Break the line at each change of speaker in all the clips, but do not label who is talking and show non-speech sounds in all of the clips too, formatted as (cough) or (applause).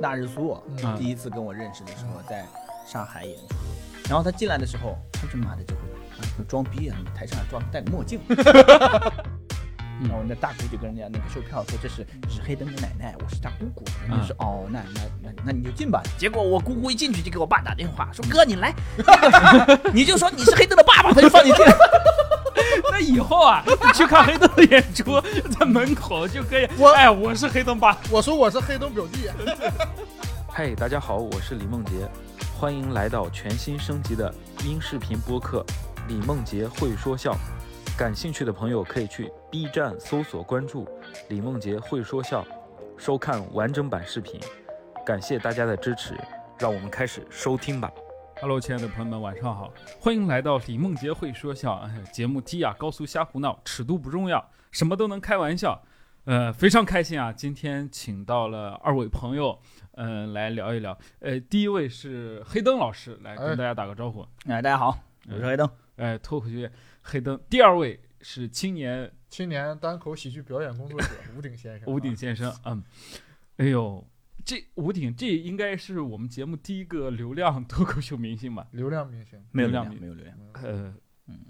纳日苏
嗯
第一次跟我认识的时候，在上海演出，然后他进来的时候，他就妈的就会装逼啊，你台上装戴个墨
(laughs)
镜，然后那大姑就跟人家那个售票说这是是黑灯的奶奶，我是大姑姑，人家说
嗯
哦那那那那你就进吧。结果我姑姑一进去就给我爸打电话
嗯
说哥你来， (laughs) 你就说你是黑灯的爸爸，他就放你进来。
(laughs) 那以后啊，你去看黑灯的演出，在门口就可以。
我
哎，我是黑灯吧。
(laughs) 我说我是黑灯表弟，
嗨，大家好，我是李梦洁，欢迎来到全新升级的音视频播客《李梦洁会说笑》。感兴趣的朋友可以去 B 站搜索关注“李梦洁会说笑”，收看完整版视频。感谢大家的支持，让我们开始收听吧。
Hello，亲爱的朋友们，晚上好，欢迎来到李梦洁会说笑哎节目，低雅高俗瞎胡闹，尺度不重要，什么都能开玩笑。呃，非常开心啊，今天请到了二位朋友，嗯、来聊一聊。呃，第一位是黑灯老师，来
哎
跟大家打个招呼。
(laughs) 哎，大家好，我是黑灯，
哎，脱口秀演员黑灯。第二位是青年
青年单口喜剧表演工作
(laughs)
者吴鼎先生。啊
吴鼎，
(laughs)
先生，嗯，哎呦，这吴鼎这应该是我们节目第一个流量脱口秀明星吧？
流量明星。
没有
流
流
量
量，没有流量。
呃，
嗯，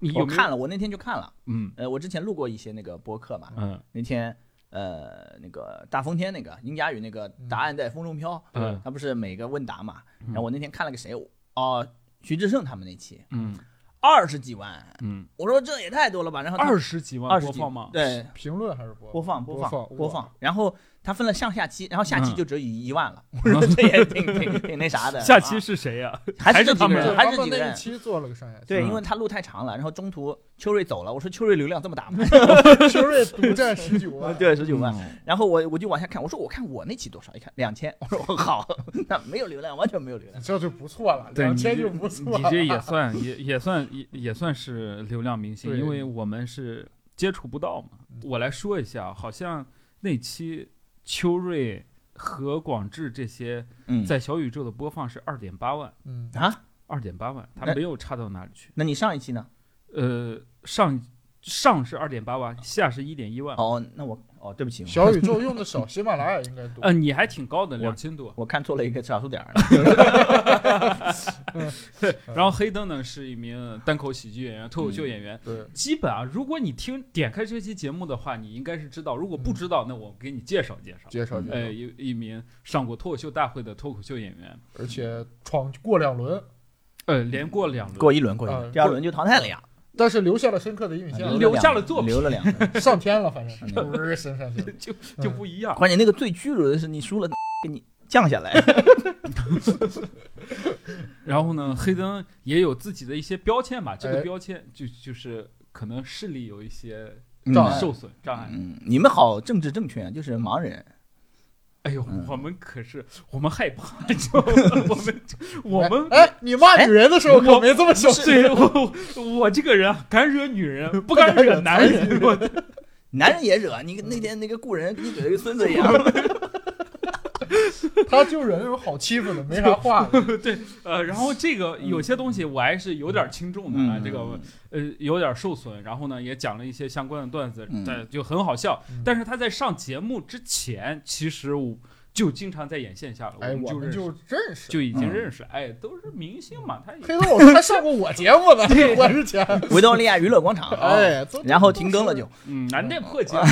你有
我
没有
看了，我那天就看了。
嗯
呃，我之前录过一些那个播客嘛，
嗯
那天呃那个大风天那个宁佳宇那个答案在风中飘，
嗯
他不是每个问答嘛，
嗯
然后我那天看了个谁，我哦、徐志胜他们那期
嗯
二十几万，
嗯，
我说这也太多了吧，然后他
二十几万
二十
播
几
放吗？ (laughs)
对。
评论还是播
播放
播
放
放
播
哇
放，然后他分了上下期，然后下期
嗯
就只有一万
(laughs)
了，我说这也挺挺挺那啥的。
下期
啊
是谁呀？
还
还
是
是
这
他
几个
们
对
人，
啊
还
他
是这
们
几个
那一
人。
期做了个上下期，
对，
嗯
因为他路太长了，然后中途秋瑞走了，我说秋瑞流量这么大
(laughs)
吗？，
秋瑞独占十九万
对，十九万。
嗯
然后我我就往下看，我说我看我那期多少，一看两千， (laughs) 我说我好，那没有流量，完全没有流量
你。这就不错了，
对
两
你这
千就不错
你
了。
这也
(laughs)
算也也算也也算是流量明星，
对
因为我们是接触不到嘛。我来说一下，好像那期秋瑞和广志这些
嗯
在小宇宙的播放是二点八万，
嗯，
啊，
二点八万，它
那
没有差到哪里去。
那你上一期呢？
哎呃，上上是二点八万，下是一点一万。
哦，那我哦，对不起，
小宇宙用的少，喜马拉雅应该多
呃，。你还挺高的，
我
两千多。
(laughs) 我看错了一个小数点儿。
(laughs) 然后黑灯呢是一名单口喜剧演员、脱口秀演员。
对，
基本啊，如果你听点开这期节目的话，你应该是知道；如果不知道，那我给你介绍介绍。
介绍介
呃，
绍，
一一名上过脱口秀大会的脱口秀演员，
而且闯过两轮，
呃，连过两
(laughs)
轮，
过一轮，过一
啊
轮，第二轮就淘汰了呀，啊
但是留下了深刻的印
嗯
象，
留下了作品
留了两 (laughs) 轮。
上天了，反正
嗯
不是升上天了。
就就
嗯哎
不一样。
关键那个最屈辱的是你输了， (laughs) 给你降下来。
(laughs) 然后呢，黑灯也有自己的一些标签吧，这个
哎
标签就就是可能视力有一些
障碍
受损障碍。
嗯，你们好政治正确啊，就是盲人。
哎呦
嗯，
我们可是我们害怕，就我们我们
哎，你骂女人的时候可没这么小心。
对我我这个人啊敢惹女人，不敢惹男人。我
男人也惹你，那天那个雇人跟你怼得跟孙子一样。
(laughs)
他就惹那种好欺负的，没啥话的。
对，呃，然后这个有些东西我还是有点轻重的啊，这个呃有点受损，然后呢也讲了一些相关的段子，
嗯
但就很好笑
嗯。
但是他在上节目之前，其实我就经常在眼线下了，我
哎，
们
我
就
们
认识，
就认识。
就已经
嗯
认识，哎，都是明星嘛，他也
黑头老师还上过我节目呢，
(laughs) 对
我之前。
维多利亚娱乐广场，哦
哎，都
然后停更
(laughs)
了就。。
嗯，难得破节目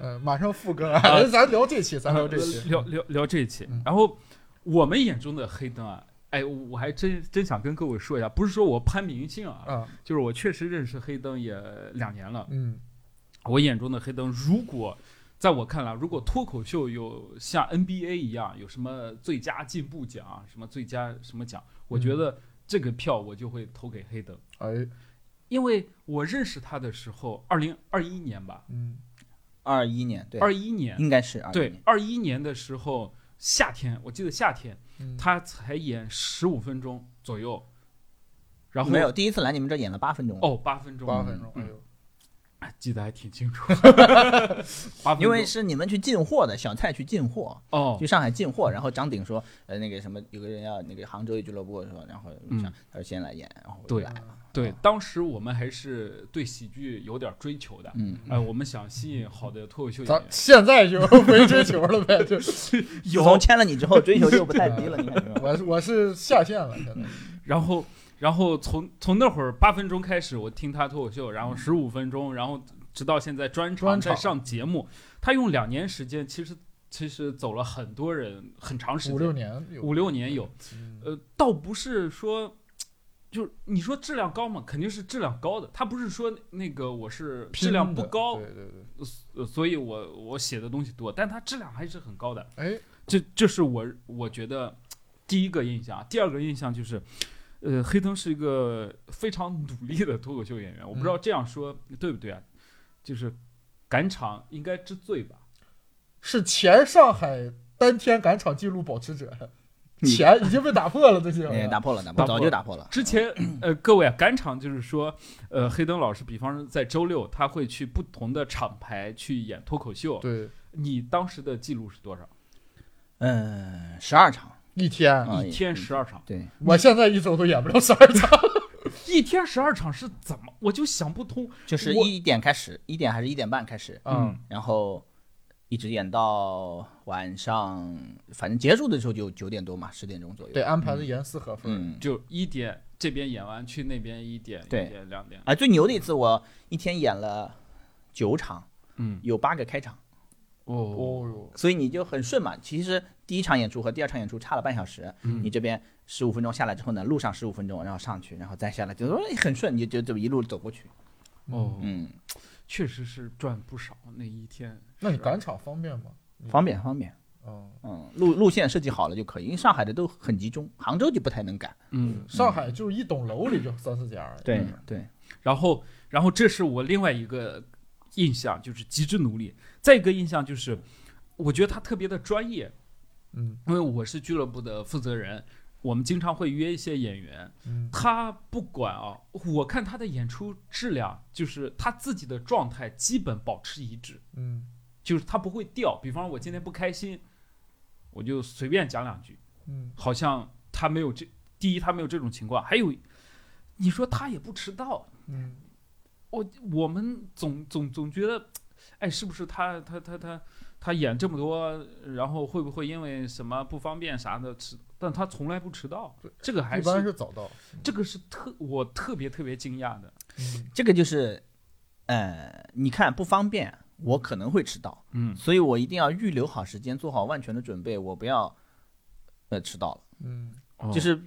呃，马上复更啊！咱聊这期，咱聊这
(laughs)
期。
聊聊聊这一期
嗯。
然后我们眼中的黑灯啊，哎，我还真真想跟各位说一下，不是说我攀明星啊，
啊，
就是我确实认识黑灯也两年了。
嗯，
我眼中的黑灯，如果在我看来，如果脱口秀有像 NBA 一样有什么最佳进步奖、啊什么最佳什么奖，我
嗯
觉得这个票我就会投给黑灯，
哎，
因为我认识他的时候，二零二一年吧，
嗯，
二一年，对，
二一年，
应该是二一
对
年。，
二一年的时候夏天，我记得夏天。
嗯
他才演十五分钟左右，然后
没有第一次来你们这演了八分钟。
哦八分钟，
八分钟，哎呦，
记得还挺清楚，八分
因为
钟
是你们去进货的，小蔡去进货，
哦
去上海进货，然后张鼎说，呃，那个什么，有个人要那个杭州一俱乐部说，然后
嗯
上他说先来演，然后我就
对啊
来了，
对，当时我们还是对喜剧有点追求的，
嗯，
呃，我们想吸引好的脱口秀演
咱
员，
现在就没追求了
(laughs)
呗，就
自从签了你之后，追求就不太低了，你看有没有？
(laughs)
我是我是下线了，现在
然后，然后从从那会儿八分钟开始，我听他脱口秀，然后十五分钟，然后直到现在专场
专场
在上节目，他用两年时间，其实其实走了很多人很长时
五六
间，
年有
五六年有，
嗯
呃，倒不是说。就是你说质量高嘛，肯定是质量高的。他不是说那个我是质量不
拼的
高，
对对对，
呃所以我我写的东西多，但它质量还是很高的。
哎，
这这是我我觉得第一个印象，啊第二个印象就是，呃，黑灯是一个非常努力的脱口秀演员，我
嗯
不知道这样说、对不对啊？就是赶场应该知罪吧？
是前上海单天赶场记录保持者，
你
前已经被打破了，这些
哎，打破了，打
嗯
破，
打破
早就打破了。
之前呃，各位啊，赶场就是说，呃，黑灯老师，比方说在周六他会去不同的厂牌去演脱口秀，
对
你当时的记录是多少？
嗯，十二场，
一天，
啊
一天十二场，
对，
我现在一周都演不了十二场，
一天十二场是怎么？我就想不通。
就是
我
一点开始，一点还是一点半开始，
嗯，
然后一直演到晚上，反正结束的时候就九点多嘛，十点钟左右。
啊
对，，安排的严丝合缝，
嗯，
就一点这边演完去那边一点，一
对
点两点，
啊，最牛的一次，我一天演了九场，
嗯，
有八个开场，
哦，
哦哟，
所以你就很顺嘛。其实第一场演出和第二场演出差了半小时，
嗯
你这边十五分钟下来之后呢，路上十五分钟，然后上去，然后再下来，就哎很顺，你就就这么一路走过去。
哦，
嗯，
确实是赚不少那一天。
那你赶场方便吗？
嗯方便方便。
嗯，
嗯，路路线设计好了就可以，因为上海的都很集中，杭州就不太能赶。
嗯，
上海就一栋楼里就三四家，嗯
对，
然后，然后这是我另外一个印象，就是极致努力。再一个印象就是，我觉得他特别的专业，
嗯
因为我是俱乐部的负责人，我们经常会约一些演员，
嗯，
他不管啊，我看他的演出质量，就是他自己的状态基本保持一致。
嗯
就是他不会掉。比方说我今天不开心，我就随便讲两句，
嗯，
好像他没有这第一他没有这种情况，还有你说他也不迟到，
嗯，
我我们总总总觉得，哎，是不是他他他他他演这么多，然后会不会因为什么不方便啥的迟？但他从来不迟到，这个还
一般
是
是早到，
这个是特我特别特别惊讶的，
嗯
这个就是，呃，你看不方便，我可能会迟到，
嗯
所以我一定要预留好时间，做好万全的准备，我不要，呃，迟到了。
嗯
哦
就是，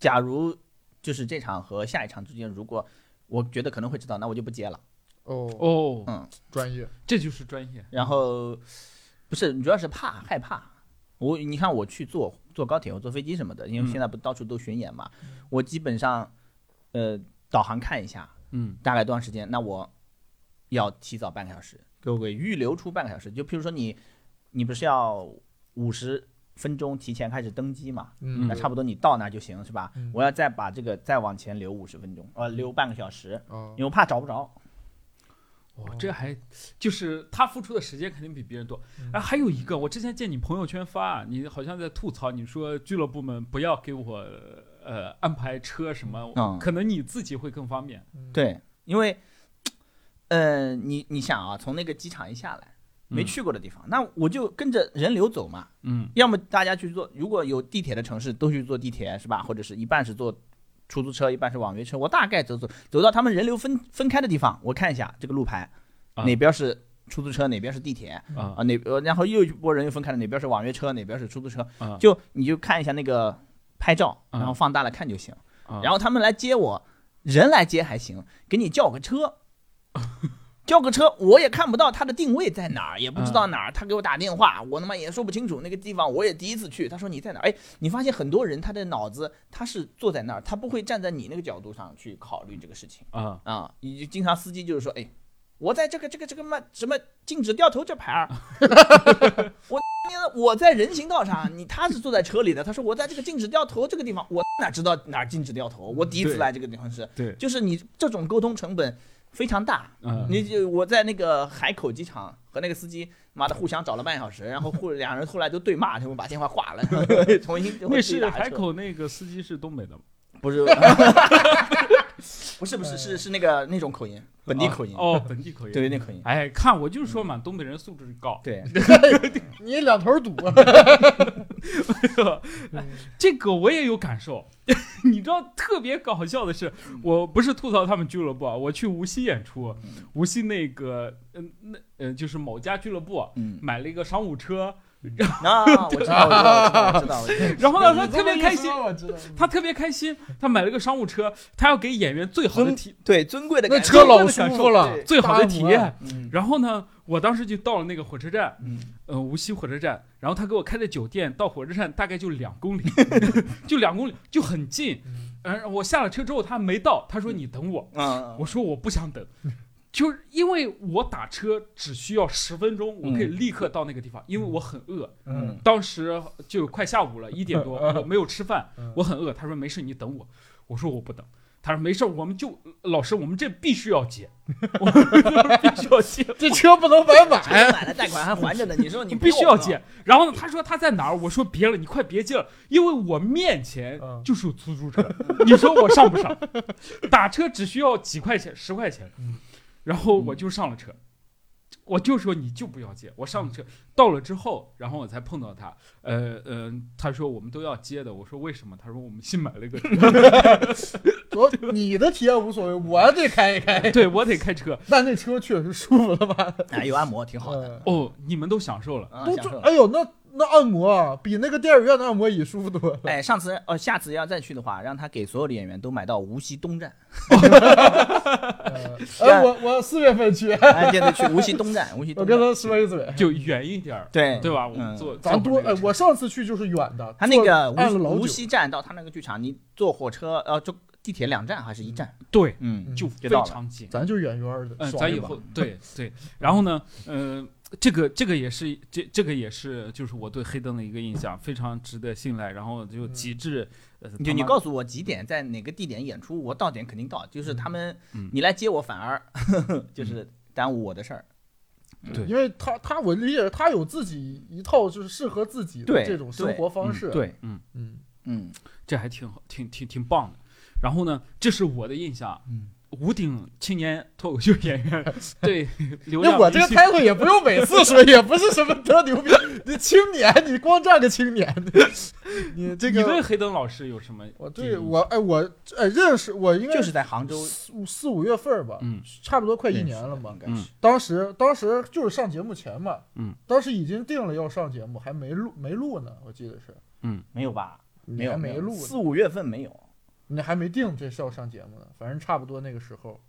假如就是这场和下一场之间，如果我觉得可能会迟到，那我就不接了。
哦，
哦，
嗯
专业，
这就是专业，
然后，不是，主要是怕害怕。我你看我去坐坐高铁，我坐飞机什么的，因为
嗯
现在不到处都巡演嘛，
嗯
我基本上，呃，导航看一下，
嗯
大概多长时间？那我要提早半个小时，给我给预留出半个小时。就譬如说你，你不是要五十分钟提前开始登机嘛？
嗯，
那差不多你到那儿就行，是吧
嗯？
我要再把这个再往前留五十分钟，呃，留半个小时，
多啊
因为，我怕找不着。
哇，这还就是他付出的时间肯定比别人多。
嗯
啊，还有一个，我之前见你朋友圈发，啊你好像在吐槽，你说俱乐部们不要给我呃安排车什么，
嗯
可能你自己会更方便。
嗯，
对，因为，呃，你你想啊，从那个机场一下来，没
嗯
去过的地方，那我就跟着人流走嘛。
嗯
要么大家去坐，如果有地铁的城市都去坐地铁是吧？或者是一半是坐出租车，一半是网约车。我大概走走走到他们人流分分开的地方，我看一下这个路牌，
啊
哪边是出租车，哪边是地铁
啊
啊？哪呃然后又一波人又分开了，哪边是网约车，哪边是出租车，
啊
就你就看一下那个拍照，
啊
然后放大了看就行。
啊
然后他们来接我，人来接还行，给你叫个
(laughs)
车。叫个车，我也看不到他的定位在哪儿，也不
啊
知道哪儿。他给我打电话，我他妈也说不清楚那个地方，我也第一次去。他说你在哪儿？哎，你发现很多人他的脑子他是坐在那儿，他不会站在你那个角度上去考虑这个事情
啊
啊。你就经常司机就是说，哎，我在这个这个这个嘛什么禁止掉头这牌儿， (laughs) 我我在人行道上，你他是坐在车里的，他说我在这个禁止掉头这个地方，我哪知道哪儿禁止掉头？我第一次
对
来这个地方是，
对
就是你这种沟通成本，非常大。
嗯
你就我在那个海口机场和那个司机妈的互相找了半小时，然后互两人后来都对骂，他们把电话挂了， (laughs) 然后重新
那
自己
是
打车
海口那个司机是东北的吗？
不是， (laughs) 不是不是是是那个那种口音，本地口音，
哦，哦本地口音。
对，那口音，
哎，看我就是说嘛，东北人素质高。
对，
(laughs) 你两头堵，
(laughs)
啊 (laughs)
这个我也有感受。 (laughs) 你知道特别搞笑的是，我不是吐槽他们俱乐部啊，我去无锡演出，
嗯
无锡那个嗯那呃就是某家俱乐部
嗯，
买了一个商务车，
(laughs) 啊，我知道我知
(laughs)
道我知道我知道，
然后呢他特别开
你
心
这，么一说我知道。
他特别开心，他买了个商务车，他要给演员最好的
嗯
体
对，尊贵的
那
感觉
车老舒服了
对，
最好的体
大
验。
嗯
然后呢，我当时就到了那个火车站，
嗯，
呃，无锡火车站，然后他给我开的酒店到火车站大概就两公里，就两公里，就很近。呃，我下了车之后他还没到，他说你等我，
啊，
我说我不想等，就是因为我打车只需要十分钟，我可以
嗯
立刻到那个地方，因为我很饿。
(laughs) 嗯，
当时就快下午了，一点多，我没有吃饭
嗯，
我很饿。他说没事，你等我。我说我不等。他说没事，我们就老师，我们这必须要接，我们必须要接。
这车不能白买。
(laughs) 哎，买了贷款还还着呢，你说你
你
(laughs)
不
必须
用
要
啊，
接。然后呢，他说他在哪儿，我说别了，你快别接了，因为我面前
嗯
就是有出租车，你说我上不上？ (laughs) 打车只需要几块钱，十块钱
嗯，
然后我就上了车。我就说你就不要接，我上了车，到了之后，然后我才碰到他，呃呃，他说我们都要接的，我说为什么？他说我们新买了一
(laughs)
个车，
我你的体验无所谓，我得开一开。
对我得开车。
但那车确实舒服他妈的。
哎，有按摩挺好的，
嗯
哦，你们都享受了，
啊
都
享
就
受了
哎呦，那那按摩啊，比那个电影院的按摩椅舒服多了。
哎，上次哦，下次要再去的话，让他给所有的演员都买到无锡东
(laughs)
站。
呃
哎
哎，我我四月份去， (laughs)
哎，对对，去无锡东站，无锡
我
东
跟
站。
他说一
嗯
嘴。
就远一点儿，
对
对吧？我们
嗯
坐，
咱
坐
多
那个
哎，
车
我上次去就是远的，
他那个
坐按了
无
老
无
久。
锡站到他那个剧场，你坐火车呃，坐地铁两站还是一站？
对，
嗯，
就
知
非
道了
常近。
咱就远远的，
嗯，
爽
咱
一
以
把
后对对，然后呢，呃，这个这个也是这这个也是就是我对黑灯的一个印象，非常值得信赖，然后
嗯
就极致，呃，
你
他
就你
妈
告诉我几点在哪个地点演出，我到点肯定到。就是他们
嗯，
你来接我反而 (laughs) 就是耽误我的事儿。
对
因为他他我理解他有自己一套就是适合自己的
对
这种生
对
活方式，
啊对，
嗯，
嗯，
这还挺好，挺挺挺棒的。然后呢，这是我的印象。
嗯
五顶青年脱口秀演
(laughs)
员对流量
那我这个
明星
title 也不用每次说，也不是什么多牛逼，你青年，你光占个青年，你这
你对
个，
黑灯老师有什么？
我对我哎我哎认识我应该
就是在杭州，
四四五月份吧，
嗯
差不多快一
认识
年了
的
吧
应。该是。
当时当时就是上节目前嘛，
嗯，
当时已经定了要上节目，还没录没录呢，我记得是，
没有吧？
你
没有，
还没
有
录呢，
四五月份没有。
你还没定这是要上节目呢，反正差不多那个时候，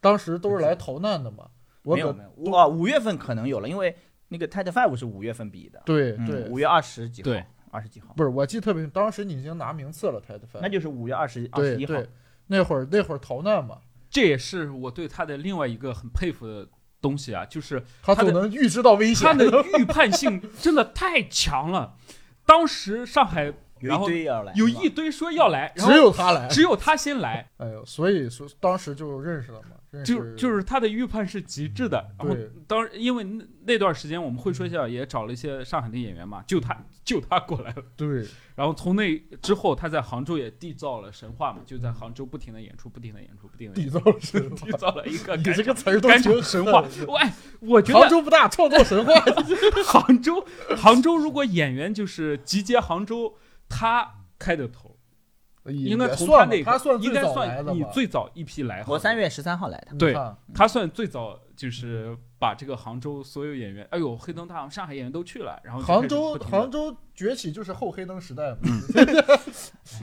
当时都是来逃难的嘛，我
没有
可
没有，哇，五月份可能有了，因为那个 Ted Five 是五月份比的，
对
嗯
对，
五月二十几号，
对，
二十几号，
不是我记得特别清，当时你已经拿名次了，泰德芬，
那就是五月二十二十
对
一号，
对，那会儿那会儿逃难嘛，
这也是我对他的另外一个很佩服的东西啊，就是
(laughs) 他
他的
总能预知到危
他
险，
的预判性真的太强了。当时上海
有一堆
哎
要来，
有
是吧
一堆说要来，然后
只有他来，
只有他先来，
哎呦，所以说当时就认识了嘛，认识
就就是他的预判是极致的。然后
对
当然，因为那那段时间我们会说笑，也找了一些上海的演员嘛，就他就他过来了。 (laughs)
对，
然后从那之后，他在杭州也缔造了神话嘛，就在杭州不停的演出，不停的演出，不停的
缔造神
(laughs)
话，
缔造了一个
你
感
这个词儿都
感
挺
觉神话
狠的。
我哎，我觉
杭
得
州不大，创造神话。
杭州杭州如果演员就是集结杭州，他开的头， (laughs) 应该
也
从
算吧
那
他
个
算
应
最
该
早来
算
的
你
吧。
最早一批来杭州。
我三月十三号来的，
你
对
看
他算最早就是把这个杭州所有演员，哎呦，黑灯大王上海演员都去了，然后就
杭
开始
州
不停地
杭州崛起就是后黑灯时代嘛 (laughs)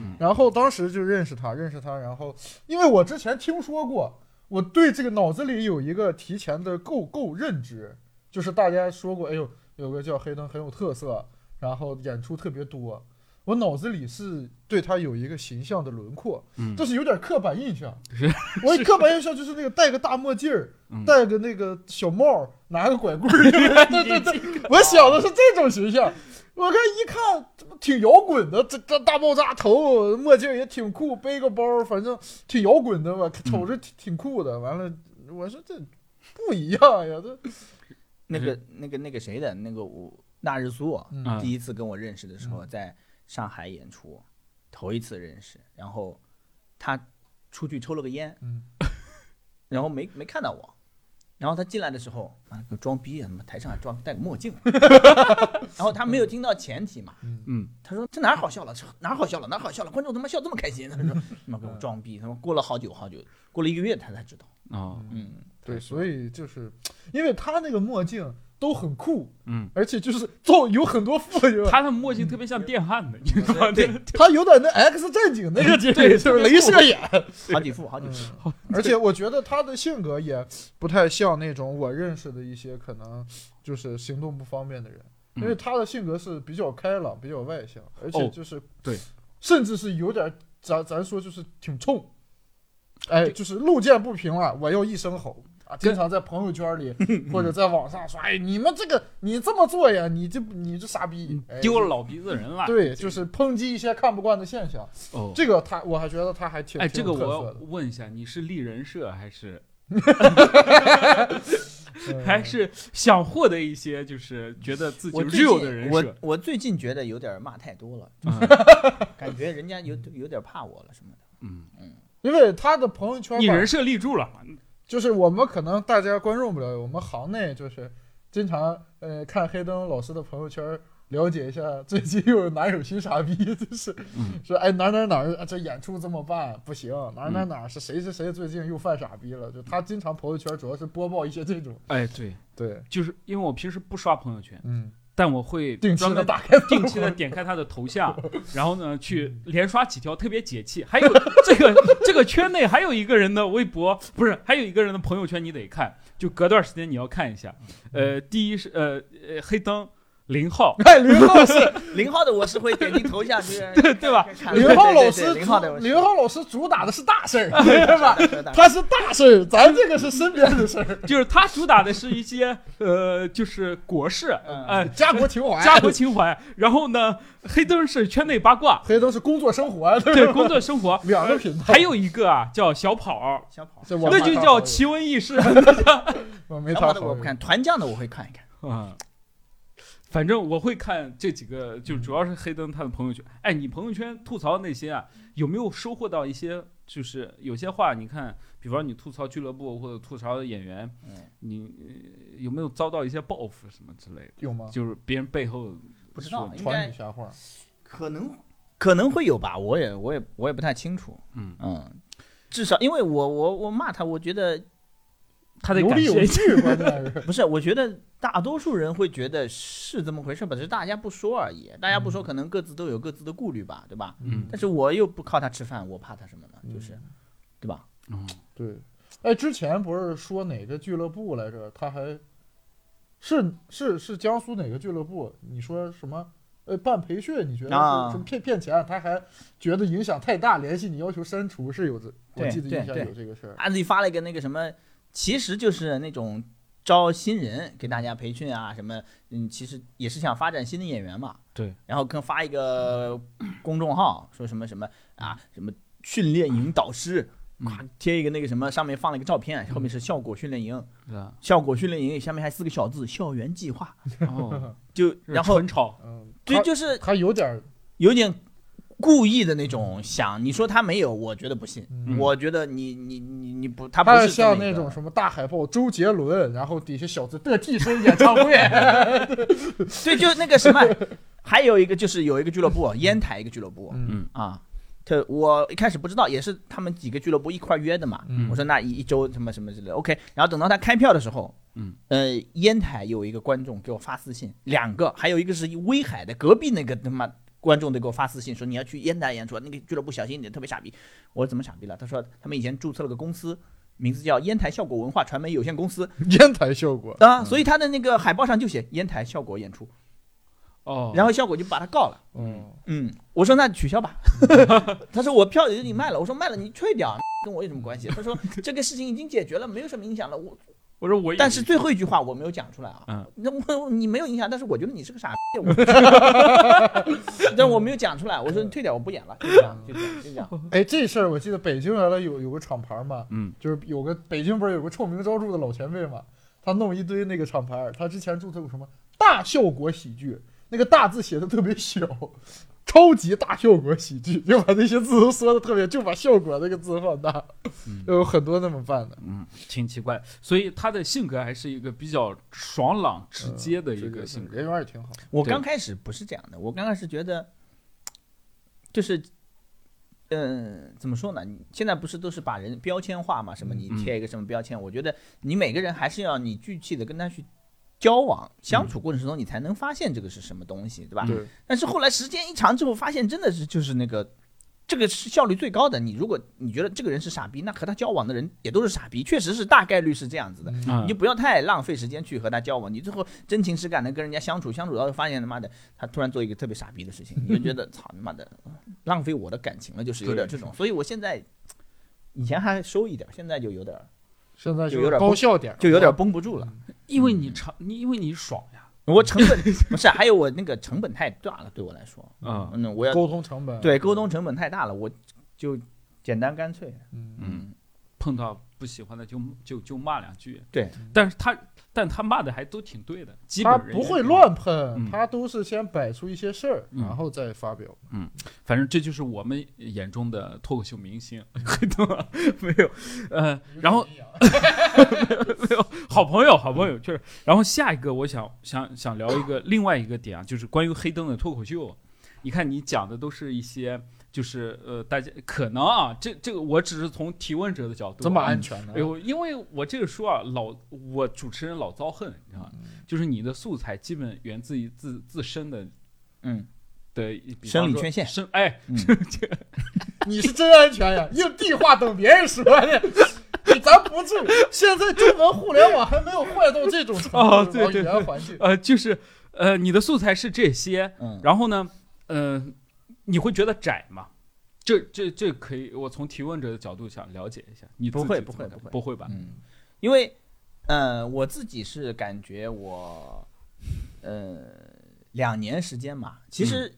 嗯，
然后当时就认识他，认识他，然后因为我之前听说过，我对这个脑子里有一个提前的够够认知，就是大家说过，哎呦，有个叫黑灯很有特色，然后演出特别多，我脑子里是对他有一个形象的轮廓，
嗯
这是有点刻板印象
(laughs) 是。
我刻板印象就是那个戴个大墨镜儿
嗯，
戴个那个小帽儿，拿个拐
(laughs)
棍儿，对对对， (laughs) 我想的是这种形象。我看一看，这不挺摇滚的，这这大爆炸头，墨镜也挺酷，背个包，反正挺摇滚的吧，瞅着挺挺酷的。完了，我说这不一样呀，这
那个那个那个谁的那个我纳日苏啊，
嗯
啊
第一次跟我认识的时候，在上海演出，头一次认识，然后他出去抽了个烟，
嗯
然后没没看到我，然后他进来的时候，妈个装逼啊，他妈台上还装戴个墨镜， (laughs) 然后他没有听到前提嘛，
嗯
嗯，
他说这哪儿好笑了，这哪儿好笑了，哪儿好笑了，观众他妈笑这么开心，他说他妈给我装逼，他妈过了好久好久，过了一个月他才知道，
哦，
嗯，
对，
以
(laughs) 所以就是因为他那个墨镜都很酷，
嗯，
而且就是造有很多副作用，
他的墨镜特别像电焊的，你知道吗？
对
他有点那 X 战警那个劲儿，
对
就是镭射眼。
好几副好几副，
嗯 (laughs) 而且我觉得他的性格也不太像那种我认识的一些可能就是行动不方便的人，
嗯哦
因为他的性格是比较开朗、比较外向，而且就是、
对，
甚至是有点咱咱说就是挺冲，哎，就是路见不平了，我要一声吼。啊，经常在朋友
(laughs)
圈里或者在网上说，哎，你们这个你这么做呀，你这你这傻逼，哎
嗯丢了老鼻子人了。
对，就是抨击一些看不惯的现象。
哦，
这个他，我还觉得他还挺
哎，
挺
这
有
个
特
我要
色的
问一下，你是立人设还是
嗯
还是想获得一些就是觉得自己
我最
real 的人
近我
设？
我最近觉得有点骂太多了，
嗯
(laughs) 感觉人家有有点怕我了什么的。
嗯，
因为他的朋友圈
你
吧
人设立住了，
就是我们可能大家关注不了，我们行内就是经常呃看黑灯老师的朋友圈，了解一下最近又有哪有新傻逼，就是、
嗯
说哎哪哪哪儿啊这演出这么办不行，哪哪哪儿是谁谁谁最近又犯傻逼了，就他经常朋友圈主要是播报一些这种，
哎，对，
对，
就是因为我平时不刷朋友圈，
嗯，
但我会
定
专
期
门
的打开，，
定期的点开他的头像， (laughs) 然后呢去连刷几条，特别解气。还有这个 (laughs) 这个圈内还有一个人的微博，不是还有一个人的朋友圈，你得看，就隔段时间你要看一下。呃，第一是呃呃黑灯零号 (laughs)
(laughs)
哎零号是
零号的我是会点进头像去，
对对吧？
看
林浩
对
老
对
师
对零号的
主
我是
林浩老师主打的是大事儿，
(laughs)
对吧？
对的
他是大事儿，咱这个是身边的事儿，
就是他主打的是一些呃就是国事，
嗯
呃
(laughs) 家国情怀，
家国情怀。然后呢，黑灯是圈内八卦，
黑灯是工作生活， (laughs) 对
对
吧。
工作生活
(laughs) 两个频道，
还有一个啊，叫小跑儿，
小跑，
这我
那就
没他好
叫
友
奇闻异事。
我没
小跑
他好
的我不
友，
看，团将的我会看一看。
啊， (laughs) 反正我会看这几个，就主要是黑灯他的朋友圈。哎，你朋友圈吐槽那些啊，有没有收获到一些？就是有些话，你看，比方你吐槽俱乐部或者吐槽演员，
嗯，
你呃有没有遭到一些报复什么之类的？
有吗？
就是别人背后
不知道
说，
应
传
该
你瞎话，
可能可能会有吧，我也我也我也不太清楚。
嗯
嗯，至少因为我我我骂他，我觉得
他得
有
感
理有
谢。
据，关键
(laughs)
是，
不是，我觉得大多数人会觉得是这么回事吧，只是大家不说而已。大家不说，可能各自都有各自的顾虑吧，对吧？
嗯
但是我又不靠他吃饭，我怕他什么呢？就是，对吧？
嗯
嗯对，哎，之前不是说哪个俱乐部来着？他还是是是江苏哪个俱乐部？你说什么？呃，办培训，你觉得
啊
是什么骗骗钱？他还觉得影响太大，联系你要求删除，是有这，我
对
记得
对
印象
对
有这个事儿。
他自己发了一个那个什么，其实就是那种招新人给大家培训啊，什么，嗯，其实也是想发展新的演员嘛。
对。
然后跟发一个公众号，说什么什么啊，什么训练营导师，
嗯
夸贴一个那个什么，上面放了一个照片，后面是效果训练营，
对吧？
效果训练营下面还四个小字“校园计划
(laughs) 哦，”，
就然后
纯炒，
嗯，
对，
他
就是
他有点儿，
有点故意的那种想，你说他没有，我觉得不信。
嗯
我觉得你你你你不，他不
他
是这么
像
一
那
个
种什么大海报，周杰伦，然后底下小字的替身演唱会，
对，就那个什么， (laughs) 还有一个就是有一个俱乐部，啊烟台一个俱乐部
嗯
啊，他我一开始不知道，也是他们几个俱乐部一块儿约的嘛。
嗯
我说那一一周什么什么之类的，OK。然后等到他开票的时候，
嗯，
呃，烟台有一个观众给我发私信，两个，还有一个是威海的隔壁那个他妈。观众都给我发私信说你要去烟台演出，那个俱乐部小心一点，特别傻逼。我说怎么傻逼了？他说他们以前注册了个公司，名字叫烟台效果文化传媒有限公司
烟台效果。
啊，所以他的那个海报上就写烟台效果演出，
哦，
然后效果就把他告了。
嗯，
嗯，我说那取消吧。 (laughs) 他说我票已 (laughs) 经卖了，我说卖了你退掉，跟我有什么关系？他说这个事情已经解决了，没有什么影响了。我
我说我以，
但是最后一句话我没有讲出来啊。
嗯
那我你没有影响，但是我觉得你是个傻逼，我 (laughs) 但是我没有讲出来。我说你退掉，我不演了，就这样，就这样，就这样。
哎，这事儿我记得北京原来有有个厂牌嘛，
嗯，
就是有个北京不是有个臭名昭著的老前辈嘛，他弄一堆那个厂牌儿，他之前注册过什么大效果喜剧，那个大字写的特别小，超级大效果喜剧，就把那些字都缩的特别，就把效果那个字放大，
嗯
有很多那么办的。
嗯，挺奇怪，所以他的性格还是一个比较爽朗直接的一
这
个性格。
人缘也挺好，
我
对
刚开始不是这样的，我刚开始觉得，就是，嗯、怎么说呢？你现在不是都是把人标签化嘛？什么你
嗯
贴一个什么标签？我觉得你每个人还是要你具体的跟他去交往相处过程中，你才能发现这个是什么东西，对吧？
对
但是后来时间一长之后，发现真的是就是那个，这个是效率最高的。你如果你觉得这个人是傻逼，那和他交往的人也都是傻逼，确实是大概率是这样子的。
嗯
嗯
你就不要太浪费时间去和他交往，你最后真情实感的跟人家相处相处，然后发现他妈的他突然做一个特别傻逼的事情，你就觉得 (laughs) 操他妈的浪费我的感情了，就是有点这种。所以我现在以前还收一点，现在就有点
现在
就
就
有
是
点
高
不
效点儿，
就有点绷不住了。
因为你长，你因为你爽呀，
我成本不是，还有我那个成本太大了，对我来说，
嗯
嗯，我要
沟通成本。
对沟通成本太大了，我就简单干脆。
嗯，
嗯，碰到不喜欢的就就就骂两句。
对，
但是他但他骂的还都挺对的，基
他
本人
不
也
会
挺
乱喷，
嗯
他都是先摆出一些事儿，
嗯
然后再发表。
反正这就是我们眼中的脱口秀明星，
(laughs)
懂吗？没有，呃，然后没有好朋友，好朋友就是，然后下一个我想想想聊一个另外一个点啊，就是关于黑灯的脱口秀。你看你讲的都是一些，就是呃，大家可能啊，这这个我只是从提问者的角度啊，
这么安
嗯
全
(laughs)
呢
哎？呦，因为我这个书啊，老我主持人老遭恨，你知道吗？
嗯
就是你的素材基本源自于自自身的
嗯，
的比方
生理
说
缺陷
生哎，
嗯
你是真安全呀，硬地话等别人说的，咱不至于。现在中文互联网还没有坏到这种程度，
哦对对
语言环境。
呃，就是呃，你的素材是这些，
嗯，
然后呢，呃，你会觉得窄吗？这这这可以，我从提问者的角度想了解一下，你自己
不会
怎么
不会不
看
会
不会吧？
嗯，因为，呃，我自己是感觉我，呃，两年时间嘛，其实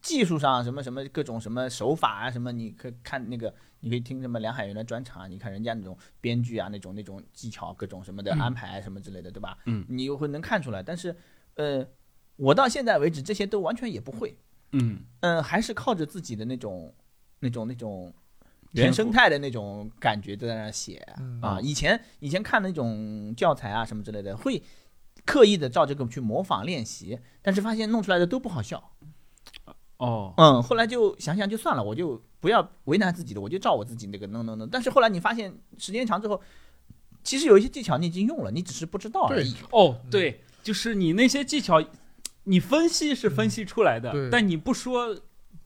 技术上什么什么各种什么手法啊，什么你可以看那个，你可以听什么梁海源的专场啊，你看人家那种编剧啊，那种那种技巧各种什么的安排啊什么之类的，对吧？
嗯
你又会能看出来，但是，呃，我到现在为止这些都完全也不会，
嗯，
嗯，还是靠着自己的那种、那种、那种
天
原
赋
生态的那种感觉在那儿写
嗯
啊。以前以前看那种教材啊什么之类的，会刻意的照这个去模仿练习，但是发现弄出来的都不好笑。
哦，
嗯，后来就想想就算了，我就不要为难自己了，我就照我自己那个弄弄弄。但是后来你发现时间长之后，其实有一些技巧你已经用了，你只是不知道而
对
已。
哦，对，就是你那些技巧，你分析是分析出来的，
嗯对
但你不说，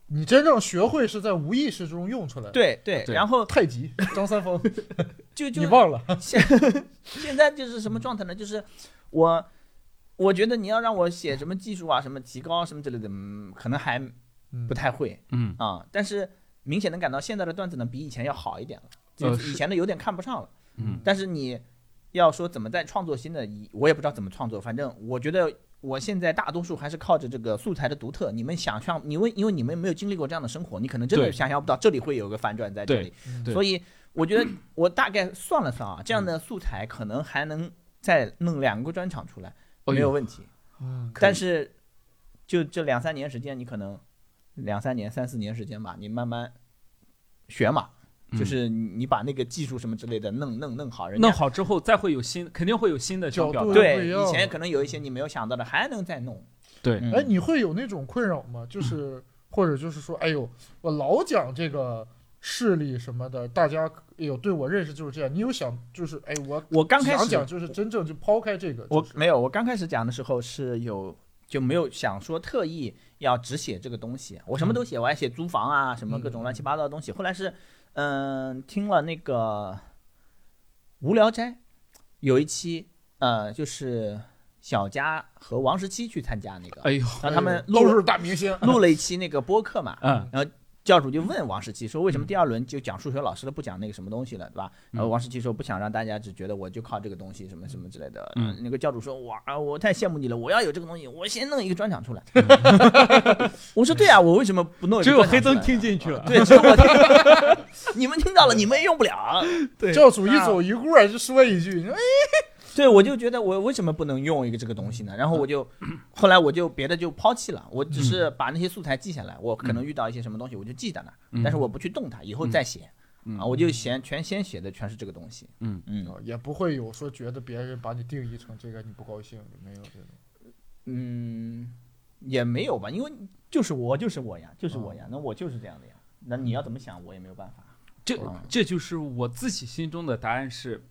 你真正学会是在无意识中用出来的。，
对对，
对
然后
太极，张三
(laughs)
丰，
就就
你忘了？
现现在就是什么状态呢？就是我，我觉得你要让我写什么技术啊、什么提高什么之类的，嗯，可能还
嗯 (laughs)
不太会
嗯
啊。但是明显能感到现在的段子呢，比以前要好一点了，
呃
就是
是
以前的有点看不上了。
嗯
但是你要说怎么再创作新的，以我也不知道怎么创作。反正我觉得我现在大多数还是靠着这个素材的独特。你们想象，你们因为你们没有经历过这样的生活，你可能真
对
的想象不到这里会有个反转在这里
对嗯。
对
所以我觉得我大概算了算啊，这样的素材可能还能再弄两个专场出来，
哎呦
没有问题。
嗯，
但是就这两三年时间，你可能两三年、三四年时间吧，你慢慢学嘛。就
嗯
是你你把那个技术什么之类的弄弄弄好，人家啊
弄好之后再会有新，肯定会有新的想
角
表达，
度不
对，
一样
以前可能有一些你没有想到的，还能再弄。
对
嗯
哎，你会有那种困扰
嗯
吗？就是或者就是说，哎呦，我老讲这个势力什么的，大家哎呦对我认识就是这样。你有想就是哎，我
我刚开
想
始
讲就是真正就抛开这个，
我
就是
没有，我刚开始讲的时候是有就没有想说特意要只写这个东西，我什么
嗯
都写，我还写租房啊什么各种乱七八糟的东西。后来是嗯、听了那个无聊斋有一期呃就是小佳和王十七去参加那个，
哎呦，
然后他
哎
们
呦
录
都是大明星，
录了一期那个播客嘛，
嗯，
教主就问王十七说：“为什么第二轮就讲数学老师了，不讲那个什么东西了，对吧？”
嗯
然后王十七说：“不想让大家只觉得我就靠这个东西什么什么之类的。”
嗯
那个教主说：“哇，我太羡慕你了，我要有这个东西，我先弄一个专场出
(laughs)
来。”我说：“对啊，我为什么不弄一个
只有
专场出来？”
黑
啊
灯听进去了。
对，只有我听， (laughs) 你们听到了，你们也用不了。
对
教主一走一过就说一句，你说哎
对，我就觉得我为什么不能用一个这个东西呢？然后我
(clears throat)
就，后来我就别的就抛弃了，我只
嗯
是把那些素材记下来，我可能遇到一些什么东西，我就记在那儿，但是我不去动它，以后再写。
嗯
啊，我就写全先写的全是这个东西。
嗯
嗯
也不会有说觉得别人把你定义成这个你不高兴，没有这种。
嗯，也没有吧，因为就是我就是我呀，
哦
就是我呀，那我就是这样的呀。那你要怎么想，我也没有办法。
这
嗯
这就是我自己心中的答案是，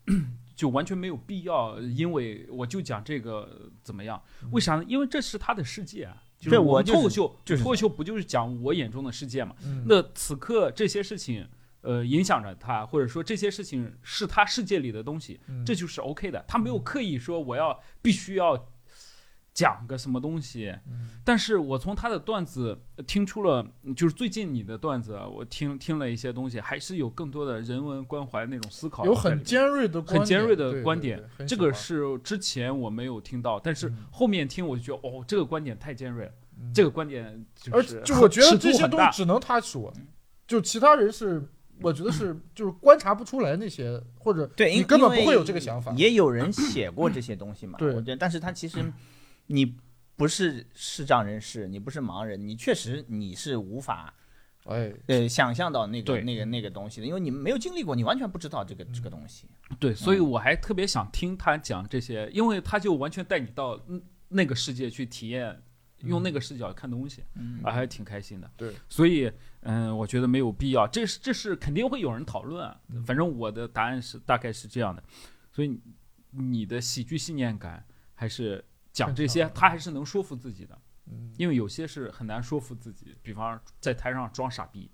(clears throat) 就完全没有必要，因为我就讲这个怎么样？为啥呢？因为这是他的世界啊。就是
嗯对
我
我
们
就
脱口
是
秀，
就是
脱口
这
秀不就是讲我眼中的世界嘛？
嗯
那此刻这些事情，呃，影响着他，或者说这些事情是他世界里的东
嗯
西，
嗯
这就是 OK 的。他没有刻意说我要必须要讲个什么东西，
嗯
但是我从他的段子呃听出了，就是最近你的段子，我听听了一些东西，还是有更多的人文关怀那种思考在里
有
面。
很尖锐的观点
很尖锐的
对
观
对
点
对很
这
喜
个
欢
是之前我没有听到，但是
嗯
后面听我就觉得，哦，这个观点太尖锐了，
嗯
这个观点就
而
是
就我觉得
尺
这
度
些
很
东西
大。嗯
只能他说，就其他人是，我觉得是就是观察不出来那些，或者
对，因
你根本
因
不
为
会有这个想法。
也有人写过这些东西嘛，
(clears throat) 对
我觉得，但是他其实你不是视障人士，你不是盲人，你确实你是无法
哎，
呃想象到那个
对
那个那个东西的，因为你没有经历过，你完全不知道这个这个东西。
对，所以
嗯
我还特别想听他讲这些，因为他就完全带你到嗯那个世界去体验，用那个视角看东西。
嗯
啊，还挺开心的。
对，
所以嗯，我觉得没有必要，这是这是肯定会有人讨论啊。
嗯
反正我的答案是大概是这样的，所以你你的喜剧信念感还是讲这些
很，强
他还是能说服自己的，
嗯，
因为有些是很难说服自己，比方在台上装傻逼，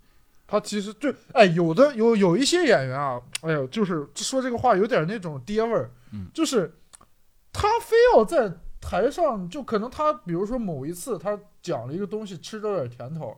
他其实就哎，有的有有一些演员啊，哎呦，就是说这个话有点那种爹味儿，
嗯
就是他非要在台上，就可能他比如说某一次他讲了一个东西吃着点甜头，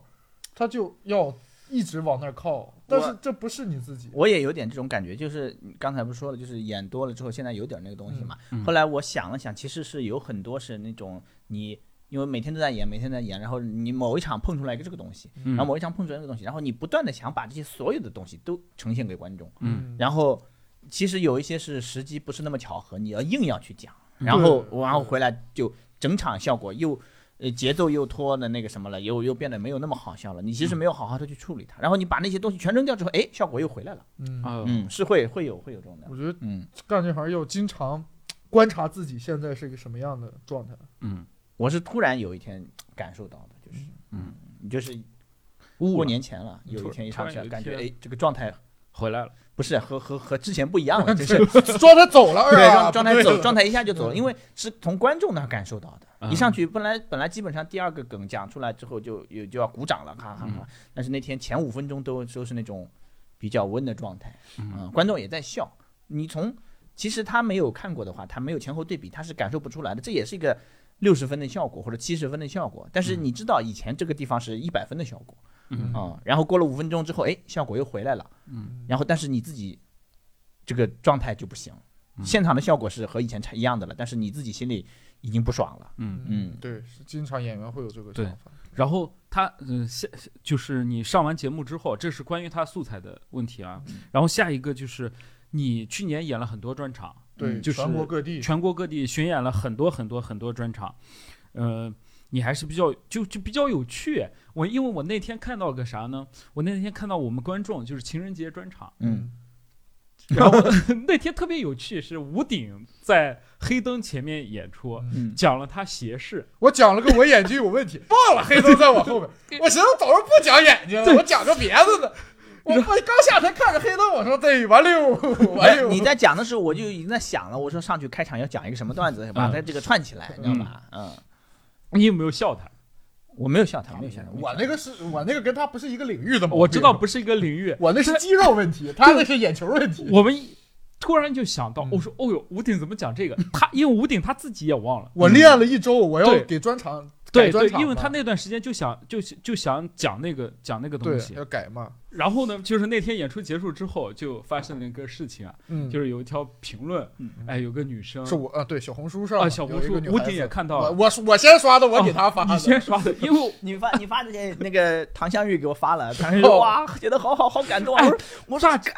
他就要一直往那儿靠，但是这不是你自己，
我也有点这种感觉，就是你刚才不是说了，就是演多了之后，现在有点那个东西嘛。
嗯嗯
后来我想了想，其实是有很多是那种你因为每天都在演，每天在演，然后你某一场碰出来一个这个东西，
嗯
然后某一场碰出来一个东西，然后你不断的想把这些所有的东西都呈现给观众，
嗯
然后其实有一些是时机不是那么巧合，你要硬要去讲，
嗯
然后
对
然后回来就整场效果又。呃，节奏又拖的那个什么了，又又变得没有那么好笑了。你其实没有好好的去处理它，然后你把那些东西全扔掉之后，哎，效果又回来了。
嗯，
啊，
嗯，是会会有会有这种的
我。觉得
嗯，
干这行要经常观察自己现在是个什么样的状态。
嗯，
我是突然有一天感受到的，就是
嗯，
就是
过
过年前了，有一天一上
突然
去
有一
感觉
天
哎，这个状态
回来了，
不是和和和之前不一样
(laughs)
了，就是
说他走了
对
二啊，
状状态
不对
走状态一下就走了，因为是从观众那儿感受到的。
嗯
一上去本来本来基本上第二个梗讲出来之后就有就要鼓掌了，哈哈
嗯
哈。但是那天前五分钟都都是那种比较温的状态，嗯，观众也在笑。你从其实他没有看过的话，他没有前后对比，他是感受不出来的。这也是一个六十分的效果或者七十分的效果，但是你知道以前这个地方是一百分的效果
嗯
啊、然后过了五分钟之后，哎，效果又回来了，
嗯，
然后但是你自己这个状态就不行，
嗯
现场的效果是和以前差一样的了，但是你自己心里已经不爽了，
嗯。
嗯
对，是经常演员会有这个
对
想法。
然后他嗯、呃下就是你上完节目之后，这是关于他素材的问题啊。
嗯
然后下一个就是你去年演了很多专场，
对，
就是
全国各地，
全国各地巡演了很多很多很多专场，呃，你还是比较就就比较有趣。我因为我那天看到个啥呢？我那天看到我们观众就是情人节专
(laughs)
场，
嗯，
然后 (laughs) 那天特别有趣，是吴鼎在黑灯前面演出，
嗯
嗯，
讲了他斜视，
我讲了个我眼睛有问题，忘了黑灯在我后面，我寻思早上不讲眼睛了，我讲个别的呢。我我刚下台看着黑灯，我说对，完 (laughs) 溜，
(laughs)
完
嗯
溜。
哎你在讲的时候，我就已经在想了，我说上去开场要讲一个什么段子，把它这个串起来，你知道吧？嗯，
你有没有笑他？
我没有笑他，哎没有笑他，
我那个是我那个跟他不哦是一个领域的嘛，
我知道不是一个领域，
我那是肌肉问题，他那是眼球问题。
我们一突然就想到，
嗯
我说哦哦哟，吴鼎怎么讲这个？他因为吴鼎他自己也忘了，
我练了一周，我要
对
给专场
对
改专
对，
场
因为他
嘛
那段时间就想就就想讲那个讲那个东
对
西，
要改嘛，
然后呢，就是那天演出结束之后，就发生了一个事情啊，
嗯，
就是有一条评论，
嗯
哎，有个女生
是我啊，对小红书上
啊，
嘛
小
有
红
一
书
个女
屋
孩
顶
子
也看到
我
了，
我我先刷的，我
哦
给她发的，
你先刷的，因
(laughs)
为
你发你发的那那个唐香玉给我发了， (laughs) 唐香玉
哦
哇，觉得好好好感动啊！
哎
我说我说
大致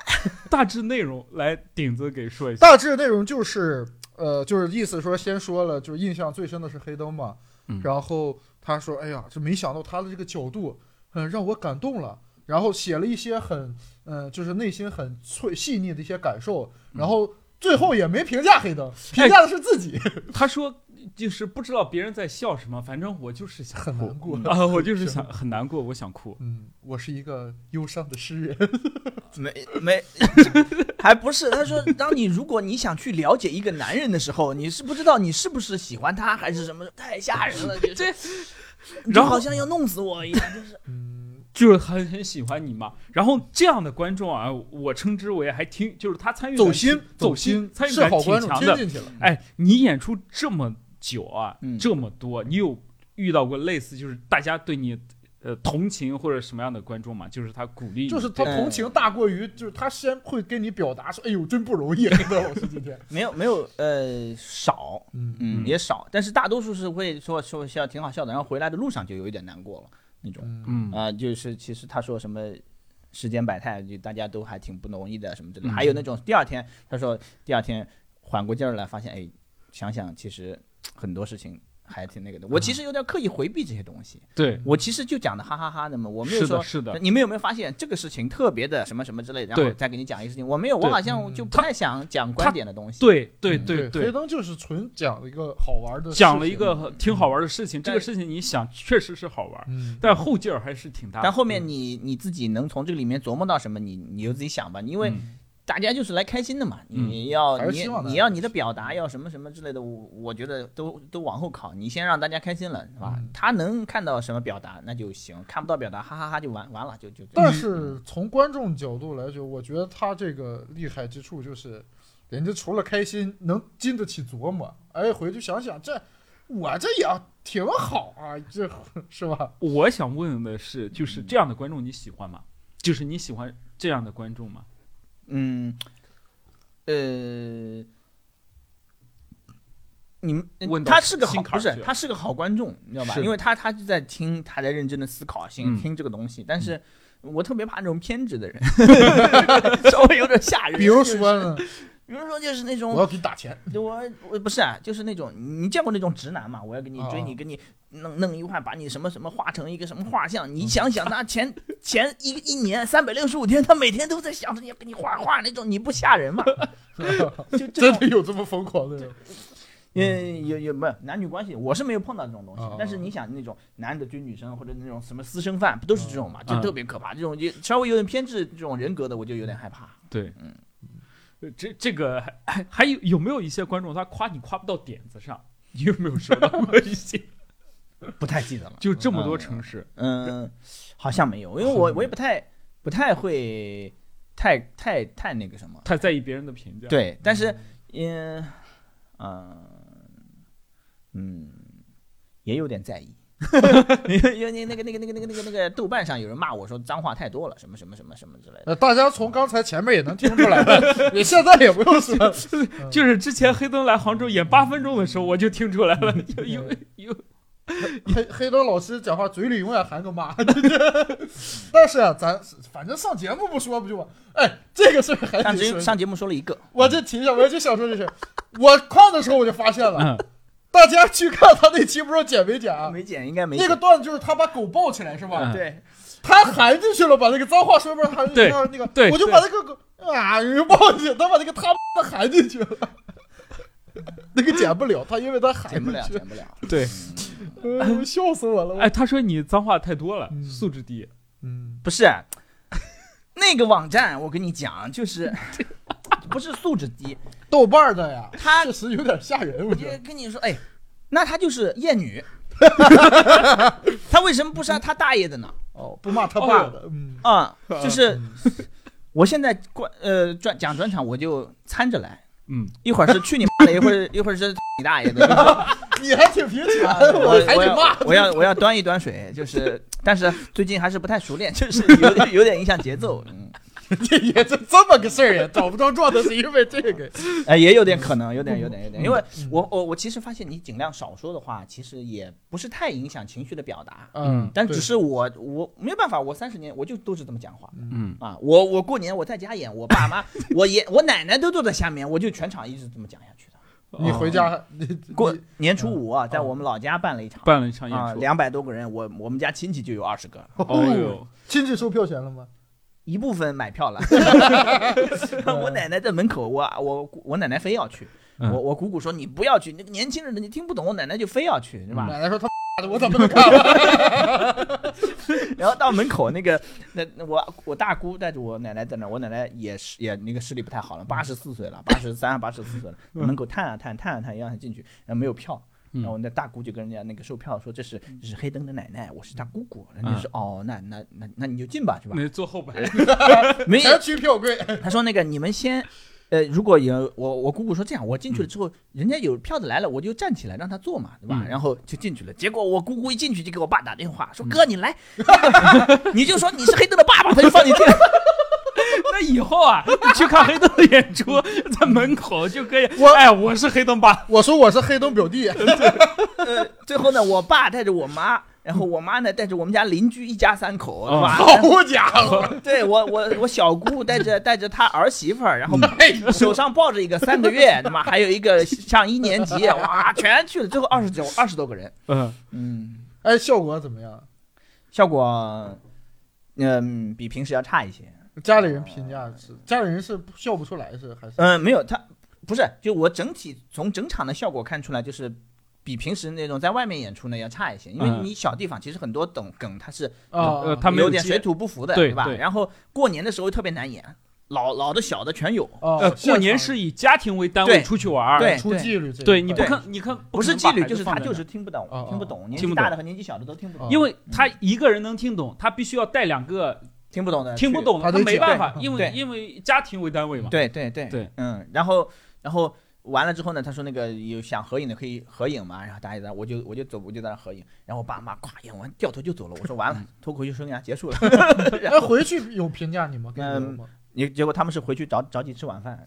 大致内容来顶子给说一下，
大致内容就是，呃，就是意思说，先说了，就是印象最深的是黑灯嘛。
嗯
然后他说：“哎呀，这没想到他的这个角度，嗯、让我感动了。”然后写了一些很，嗯、就是内心很脆细腻的一些感受。
嗯
然后最后也没评价黑
哎
灯，评价的是自己，
他说就是不知道别人在笑什么，反正我就是想
很难过。
啊，我就是想很难过，我想哭。
嗯，我是一个忧伤的诗
(laughs)
人。
哎没没， (laughs) 还不是他说，当你如果你想去了解一个男人的时候，你是不知道你是不是喜欢他还是什么，太吓人了，就是
这
你就
然后
好像要弄死我一样，就是
嗯，
就是很很喜欢你嘛。然后这样的观众啊，我称之为还挺，就是他参与感
走心
挺，
走
走心，参与
是
感
好
挺
观众
强
听
的。
进去了。
哎，你演出这么久啊，
嗯
这么多，你有遇到过类似就是大家对你呃同情或者什么样的观众吗？就是他鼓励你，
就是他同情大过于，就是他先会跟你表达说：“哎呦，真不容易，
(laughs)
黑灯老师今天。
没有没有呃少，
嗯
嗯
嗯
也少，但是大多数是会说说笑挺好笑的，然后回来的路上就有一点难过了那种。
嗯
嗯
啊、就是其实他说什么世间百态，就大家都还挺不容易的什么之类的。
嗯
还有那种第二天，他说第二天缓过劲儿来，发现哎，想想其实很多事情还挺那个的。我
啊
其实有点刻意回避这些东西，
对，
我其实就讲的哈哈哈的嘛，我没有
是
说
的，。是的。
你们有没有发现这个事情特别的什么什么之类的？然后
对
再给你讲一个事情，我没有，我
对嗯
好像就不太想讲观点的东西。
对对
嗯
对
黑灯就是纯讲了一个好玩的，
讲了一，个挺好玩的事情，这
但
个事情你想确实是好玩，
嗯，
但后劲儿还是挺大的。
但后面你你自己能从这个里面琢磨到什么，你你就自己想吧，因为
嗯
大家就是来开心的嘛，
嗯
你要、
还是
你
希望大家
你要你的表达要什么什么之类的，我我觉得都都往后考，你先让大家开心了，是吧？
嗯
他能看到什么表达那就行，看不到表达，哈哈哈就完完了，就就。就
但是从观众角度来讲，我觉得他这个厉害之处就是，人家除了开心，能经得起琢磨。哎，回去想想，这我这也挺好啊，这 (laughs) 是吧？
我想问的是，
嗯
就是这样的观众你喜欢吗？就是你喜欢这样的观众吗？
嗯，呃。你们呃
问到
他是个好
心坎
不
儿去
是
了
他是个好观众，你知道吧？
是的
因为他他就在听，他在认真的思考，
嗯
听听这个东西。但是我特别怕那种偏执的人， (laughs) 稍微有点吓人。
比如说呢，
比如说就是那种
我要给你打钱，
我我不是啊，就是那种你见过那种直男嘛？我要给你追
啊
你，给你弄弄一块，把你什么什么画成一个什么画像。你想想，他前前一一年三百六十五天，他每天都在想着要给你画画那种，你不吓人吗？就这 (laughs)
真
种，
的有这么疯狂的人？
嗯，有有没有男女关系？我是没有碰到这种东西
啊，
但是你想那种男的追女生或者那种什么私生饭，不都是这种嘛？就
嗯
特别可怕。这种就稍微有点偏执这种人格的，我就有点害怕。
对，
嗯
呃，这这个还还还有有没有一些观众他夸你夸不到点子上？你有没有收到过一些？
不太记得了。
就这么多城市，
嗯，好像没有，因为我我也不太不太会太太太那个什么。
太在意别人的评价。，
对，但是嗯嗯嗯，也有点在意。 (laughs) 因为因为那个那个那个那个那个那个豆瓣上有人骂我说脏话太多了，什么什么什么什么之类的。
呃，大家从刚才前面也能听出来了，你现在也
(laughs)
不用说了，嗯
就是之前黑灯来杭州演八分钟的时候，我就听出来了， (laughs) 有有有，
黑黑灯老师讲话嘴里永远含个妈， (laughs) 但是啊，咱反正上节目不说不就完？哎，这个事儿还
上
得
节
说。
上节目说了一个，
我这提一下，我就想说这事儿。我看的时候我就发现了，
嗯，
大家去看他那期不知道剪没剪啊？
没剪应该没
那个
剪。
段子就是他把狗抱起来是
嗯
吧？
对，
他含进去了，把那个脏话说不上含进去，
对
那个
对
我就把那个狗啊 (laughs) 抱进去，他把那个他妈的含进去了，那个剪不了，他因为他含
剪不
进 (laughs)
了，
去
剪，不了。
对，
哎呦笑死我了。我
哎，他说你脏话太多了，
嗯
素质低。
嗯，
不是，那个网站我跟你讲，就是 (laughs) 不是素质低，
豆瓣儿的呀，
他
确实有点吓人，我
我
觉
就
得。
跟你说，哎，那她就是艳
(laughs)
女，她为什么不杀她大爷的呢？
哦，不骂他爸的，嗯， (laughs)
啊、就是我现在关呃专讲专场，我就掺着来，
嗯，
(laughs) 一会儿是去你妈的，一会儿一会儿是你大爷的，
你还挺平权，
啊
(laughs)
我
还得骂。
(laughs) 我要我要端一端水，就是，但是最近还是不太熟练， (laughs) 就是有点有点影响节奏，嗯，
你 (laughs) 也是这么个事儿呀？找不着状态是因为这个。
哎，也有点可能，有点有点有点，因为
嗯
(laughs) 我我我其实发现你尽量少说的话，其实也不是太影响情绪的表达，
嗯
但只是我我没有办法，我三十年我就都是这么讲话
嗯，
啊，我我过年我在家演，我爸
(laughs)
妈我爷我奶奶都坐在下面，我就全场一直这么讲下去的。
哦
你回家，你
嗯哦过
你
年初五啊，在
啊
我们老家办了一场。
嗯办了一场演
啊，
出，
两百多个人，我我们家亲戚就有二十个，
哦呦，
亲戚收票钱了吗？
一部分买票
(laughs)
了。我奶奶在门口，我我姑我奶奶非要去，
嗯
我我姑姑说你不要去，那个年轻人的你听不懂，我奶奶就非要去，是吧？
奶奶说他妈的，我怎么能
(laughs)
看了？
然后到门口那个，那那我我大姑带着我奶奶在那儿，我奶奶也是也那个视力不太好了，八十四岁了，八十三、啊八十四岁了，门口探啊探，探啊探，让她进去，然后没有票。
嗯
然后那大姑就跟人家那个售票说：“这是这是黑灯的奶奶，我是她姑姑。”人家说：“哦，那那那那你就进吧，是吧？”
那坐后排，(laughs)
没
全区票柜。
他说那个你们先，呃，如果有我我姑姑说这样，我进去了之后，人家有票子来了，我就站起来让他坐嘛，对吧？
嗯
然后就进去了。结果我姑姑一进去就给我爸打电话，说哥你来， (laughs) 你就说你是黑豆的爸爸，他就放你进来。
那以后啊，你去看黑灯的演出，在门口就可以。
我
哎，我是黑灯吧？
我说我是黑灯表弟，
呃，最后呢，我爸带着我妈。然后我妈呢，带着我们家邻居一家三口，对吧？
好家伙！
(laughs) 对我我我小姑带着带着她儿媳妇儿，然后手上抱着一个三个月，他妈还有一个上一年级，哇，全去了，最后二十九二十多个人，
嗯，
嗯。
哎，效果怎么样？
效果，嗯，比平时要差一些。
家里人评价是，家里人是笑不出来是还
呃
是？
嗯，没有，他不是，就我整体从整场的效果看出来，就是比平时那种在外面演出呢要差一些，因为
嗯
你小地方其实很多梗梗它是
呃
啊，
他没有
有点
接
水土不服的，
对
吧？
对
然后过年的时候特别难演，老老的小的全有，
呃
呃，，
过年是以家庭为单位
哦对
出去玩儿，
对
出纪律这一块，
对，你不
对
看，你看，
不是
可
纪
能
律
把孩
就是
子放
他
在那
就是听不懂
哦哦，
听不懂，年
听
纪
不
大
懂
的和年纪小的都听不懂
哦，
因为他
嗯
一个人能听懂，他必须要带两个
听不懂的
听不
去
懂的，
他
他
得
没
讲
办法，因为
对
因为家庭为单位嘛。
对对对
对，
嗯，然后然后完了之后呢，他说那个有想合影的可以合影嘛，然后大家就在我就我就走我就在那合影，然后我爸妈咵演完掉头就走了，我说完
嗯
了，脱口秀生涯结
(laughs)
束了， (laughs)
那哎回去有评价你吗？跟
嗯
你们吗？
结结果他们是回去着着急吃晚
(laughs)
饭，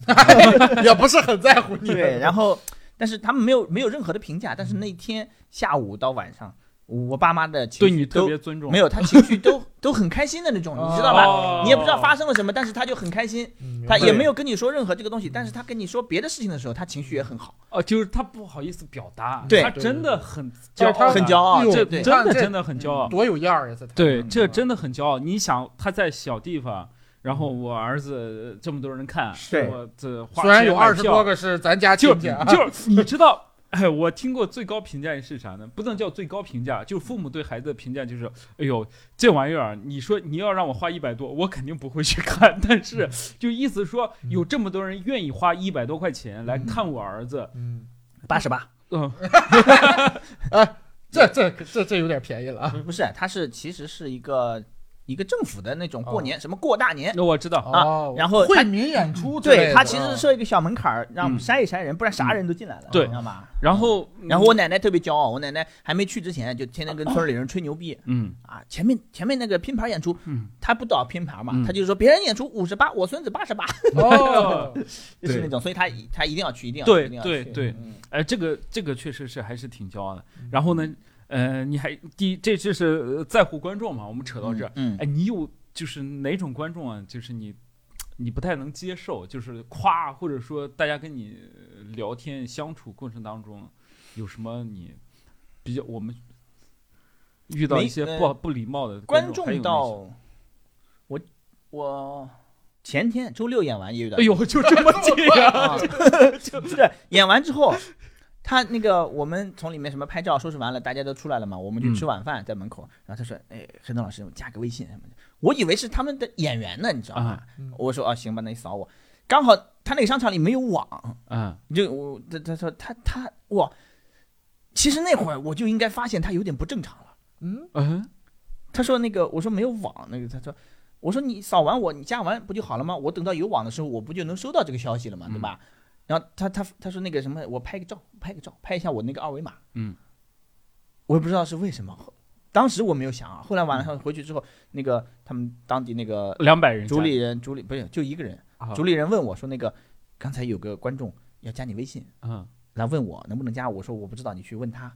也不是很在乎你。
对， (laughs) 然后但是他们没有没有任何的评价，但是那天下午到晚上，我爸妈的情
对
绪
你特
都
别尊重。
没有，他情绪都都很开心的那种，你知道吧？
哦
你也不知道发生了什么，但是他就很开心，
嗯
他
明白
也没有跟你说任何这个东西，但是他跟你说别的事情的时候，他情绪也很好。
哦，就是他不好意思表达，
对
他真的很骄
对
傲，啊
很骄傲
哎呦
这
对
真
看
的
这
真的很骄傲。
多有样儿呀，这他
对，
嗯
这真的很骄傲。你想，他在小地方，然后我儿子这么多人看，
是
我这花
虽然有
钱买
二十
票
多个是咱家
就
亲戚
(laughs)
啊，
就是你知道，哎，我听过最高评价是啥呢？不能叫最高评价，就是父母对孩子的评价就是，哎呦，这玩意儿，你说你要让我花一百多，我肯定不会去看。 (laughs) 但
嗯
是就意思说，有这么多人愿意花一百多块钱来看我儿子，
(laughs) 嗯，
八十八，
嗯，
这这这这有点便宜了啊。
不是，它是其实是一个一个政府的那种
哦
过年，什么过大年，
那我知道，
哦，
然后它
惠民演出之类的，
对它其实
啊
设一个小门槛儿，让
哦嗯
筛一筛人，不然啥人都进来了，
对
你知道吗？
然后
嗯然后我奶奶特别骄傲，我奶奶还没去之前就天天跟村里人吹牛逼
嗯
啊，前面前面那个拼盘演出，
嗯，
她不搞拼盘嘛
嗯，
她就说别人演出五十八，我孙子八十八，
(laughs)
哦，
(laughs) 就是
对
那种，所以她一她一定要去，一定要
对
去一定要
对
去
对
嗯
哎，这个这个确实是还是挺骄傲的。然后呢，呃，你还第一这就是呃在乎观众嘛，我们扯到这儿，
嗯，
哎，你有就是哪种观众啊？就是你，你不太能接受，就是夸，或者说大家跟你呃聊天相处过程当中，有什么你比较我们遇到
没
一些
呃
不、不礼貌的
观
众还
众
有哪些，
到我我前天周六演完也有点
哎呦，就这么
(laughs)
近呀、
啊， (laughs) 是演完之后，他那个我们从里面什么拍照收拾完了，大家都出来了嘛，我们去吃晚饭，在门口，然后他说，哎，黑灯老师加个微信什么的，我以为是他们的演员呢，你知道吗？
啊
嗯
我说啊，行吧，那你扫我，刚好他那个商场里没有网，
(laughs) 嗯，
就我他他说他他哇，其实那会儿我就应该发现他有点不正常了。
嗯，
嗯，
他说那个，我说没有网，那个他说，我说你扫完我，你加完不就好了吗？我等到有网的时候，我不就能收到这个消息了吗？对吧？然后他他他说那个什么，我拍个照，拍个照，拍一下我那个二维码。
嗯，
我也不知道是为什么，后当时我没有想啊。后来晚上回去之后，那个他们当地那个
两百人
主理人，主理不是就一个人，
啊
主理人问我说那个刚才有个观众要加你微信，
嗯
来问我能不能加，我说我不知道，你去问他。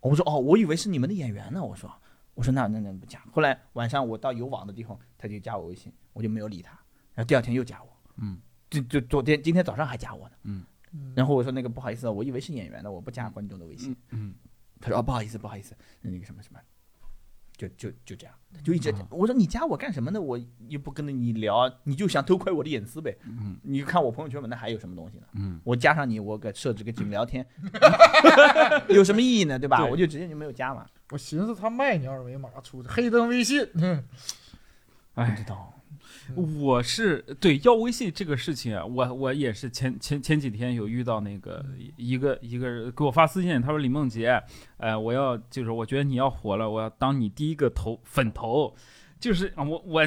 我说哦，我以为是你们的演员呢，我说我说那那那不加。后来晚上我到有网的地方，他就加我微信，我就没有理他。然后第二天又加我，
嗯，
就就昨天今天早上还加我呢。
嗯
然后我说那个不好意思啊，我以为是演员呢，我不加观众的微信。
嗯嗯
他说哦不好意思不好意思，那个什么什么，就就就这样，就一直、
啊
我说你加我干什么呢？我又不跟你聊，你就想偷窥我的隐私呗？
嗯
你看我朋友圈吧，那还有什么东西呢？
嗯，
我加上你，我给设置个 (laughs) 仅聊天，有什么意义呢？对吧？
对
我就直接就没有加嘛。
我寻思他卖你二维码出去，黑灯微信，嗯
不
哎
知，道，嗯
我是对要微信这个事情啊，我我也是前前前几天有遇到那个
嗯
一个一个人给我发私信，他说李梦洁，呃，我要就是我觉得你要火了，我要当你第一个头粉头，就是啊我我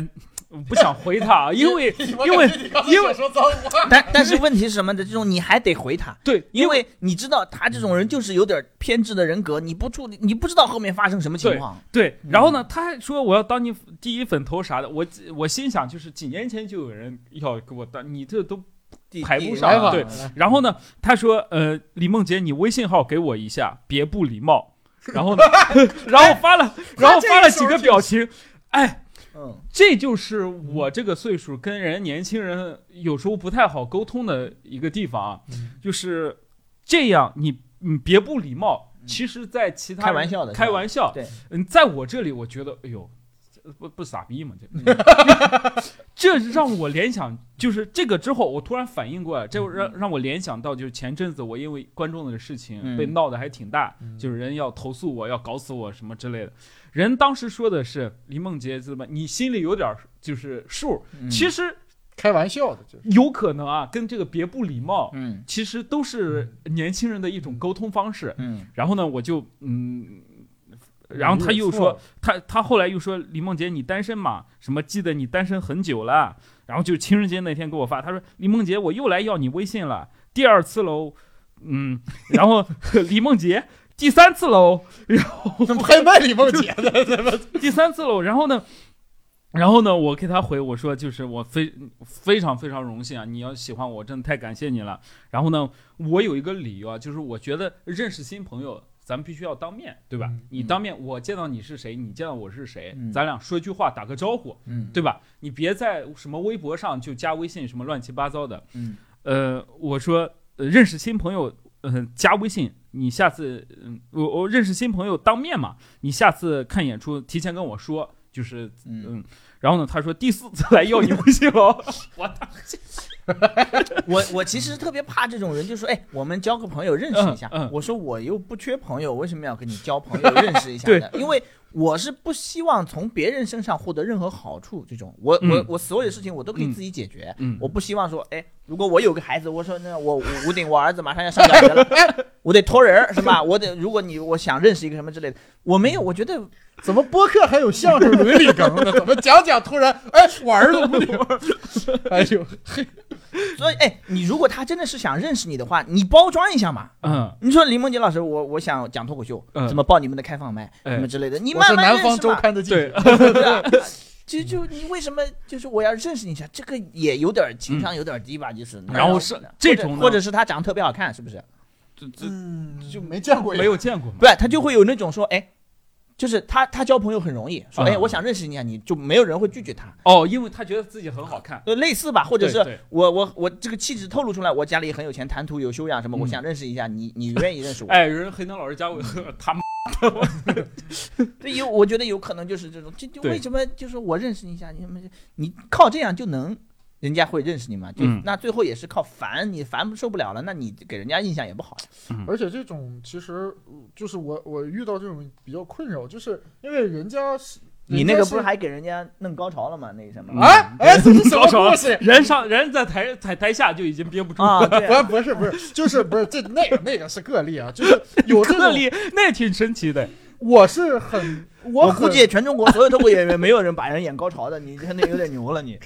我不想回他
(laughs)
啊，因
(laughs)
为因为因为
说脏话，
但但是问题是什么呢？这种你还得回他，
对，
因为你知道他这种人就是有点偏执的人格，你不处理，你不知道后面发生什么情况。
对，然后呢，他还说我要当你第一粉头啥的，我我心想就是几年前就有人要给我当，你这都，
第
排不
第
上
来
对然后呢，他说呃，李梦洁，你微信号给我一下，别不
(laughs)
礼貌。然后呢，然后发
哎
了，然后发了几个表情，哎，
嗯，
这就是我这个岁数跟人年轻人有时候不太好沟通的一个地方啊，就是这样，你你别不礼貌。其实，在其他
开
人
玩笑的，
开玩笑，
对，
嗯，在我这里，我觉得，哎呦，这不不傻逼嘛，这 (laughs) 这让我联想，就是这个之后，我突然反应过来，这让让我联想到，就是前阵子我因为观众的事情
嗯
被闹得还挺大，
嗯
就是人要投诉我，要搞死我什么之类的。人当时说的是李梦洁怎么，你心里有点儿就是数，
嗯
其实
开玩笑的，就是
有可能啊，跟这个别不礼貌，
嗯
其实都是年轻人的一种沟通方式。
嗯
然后呢，我就嗯，然后他又说，他他后来又说李梦洁你单身吗？什么记得你单身很久了？然后就情人节那天给我发，他说李梦洁我又来要你微信了，第二次喽，嗯，然后 (laughs) 李梦洁第三次喽，
拍卖李梦洁的，
(laughs) 第三次喽，然后呢？然后呢，我给他回我说，就是我非非常非常荣幸啊，你要喜欢我，真的太感谢你了。然后呢，我有一个理由啊，就是我觉得认识新朋友，咱们必须要当面对吧？
嗯
你当面，我见到你是谁，你见到我是谁，
嗯
咱俩说句话，打个招呼，
嗯，
对吧？你别在什么微博上就加微信什么乱七八糟的。
嗯
呃，我说、呃、认识新朋友，嗯、加微信，你下次，嗯、我我认识新朋友当面嘛，你下次看演出提前跟我说，就是
嗯，
嗯，然后呢，他说第四次来要你微信了，
(laughs)
我当时
我我其实特别怕这种人，就说哎，我们交个朋友认识一下。
嗯嗯
我说我又不缺朋友，为什么要跟你交朋友认识一下呢？因为我是不希望从别人身上获得任何好处。这种，我、
嗯
我我所有的事情我都可以自己解决。
嗯
我不希望说，哎，如果我有个孩子，我说那我我我顶我儿子马上要上小学
(laughs)
了，哎我得托人儿是吧？我得如果你我想认识一个什么之类的，我没有，我觉得
(laughs) 怎么播客还有相声伦理梗呢？怎么讲讲突然，哎，我儿子不灵， (laughs) 哎呦，
所以哎，你如果他真的是想认识你的话，你包装一下嘛。
嗯，
你说林梦洁老师，我我想讲脱口秀，
嗯
怎么报你们的开放麦，
哎
什么之类的，你
我
慢
是
慢
南
认
方
识
周
嘛。
刊的记者
(laughs)
对，
对啊就就你为什么就是我要认识你一下？这个也有点情商有点低吧，就是。
嗯然后是这种呢
或者，或者是他长得特别好看，是不是？
这这
嗯，就没见过，
没，有见过嘛，
不是，他就会有那种说，哎，就是他他交朋友很容易，说
嗯
哎，我想认识你啊，你就没有人会拒绝他，
哦，因为他觉得自己很好看，
呃，类似吧，或者
对
是
对
我我我这个气质透露出来，我家里很有钱，谈吐有修养什么，
嗯
我想认识一下你，你愿意认
(laughs)
识我？
哎，人黑灯老师加我，
(laughs)
他妈
对，有我觉得有可能就是这种，这就
对
为什么就是我认识你一下，你们你靠这样就能人家会认识你吗？就、
嗯
那最后也是靠烦，你烦受不了了，那你给人家印象也不好呀。
而且这种其实嗯就是我我遇到这种比较困扰，就是因为人家是
你那个不是
人家
还给人家弄高潮了吗？那什么
嗯
啊？哎，这是什么
高潮
故事？
人上人在台台台下就已经憋不住
啊，
了。 (laughs)
对
不
啊
是不是不是，就是不是这那个那个是个例啊，就是
(laughs)
有这
特
种，
例那挺神奇的，
我是很
我
很
估计全中国所有
嗯
脱口演员没有人把人演高潮的，你真的有点牛了你。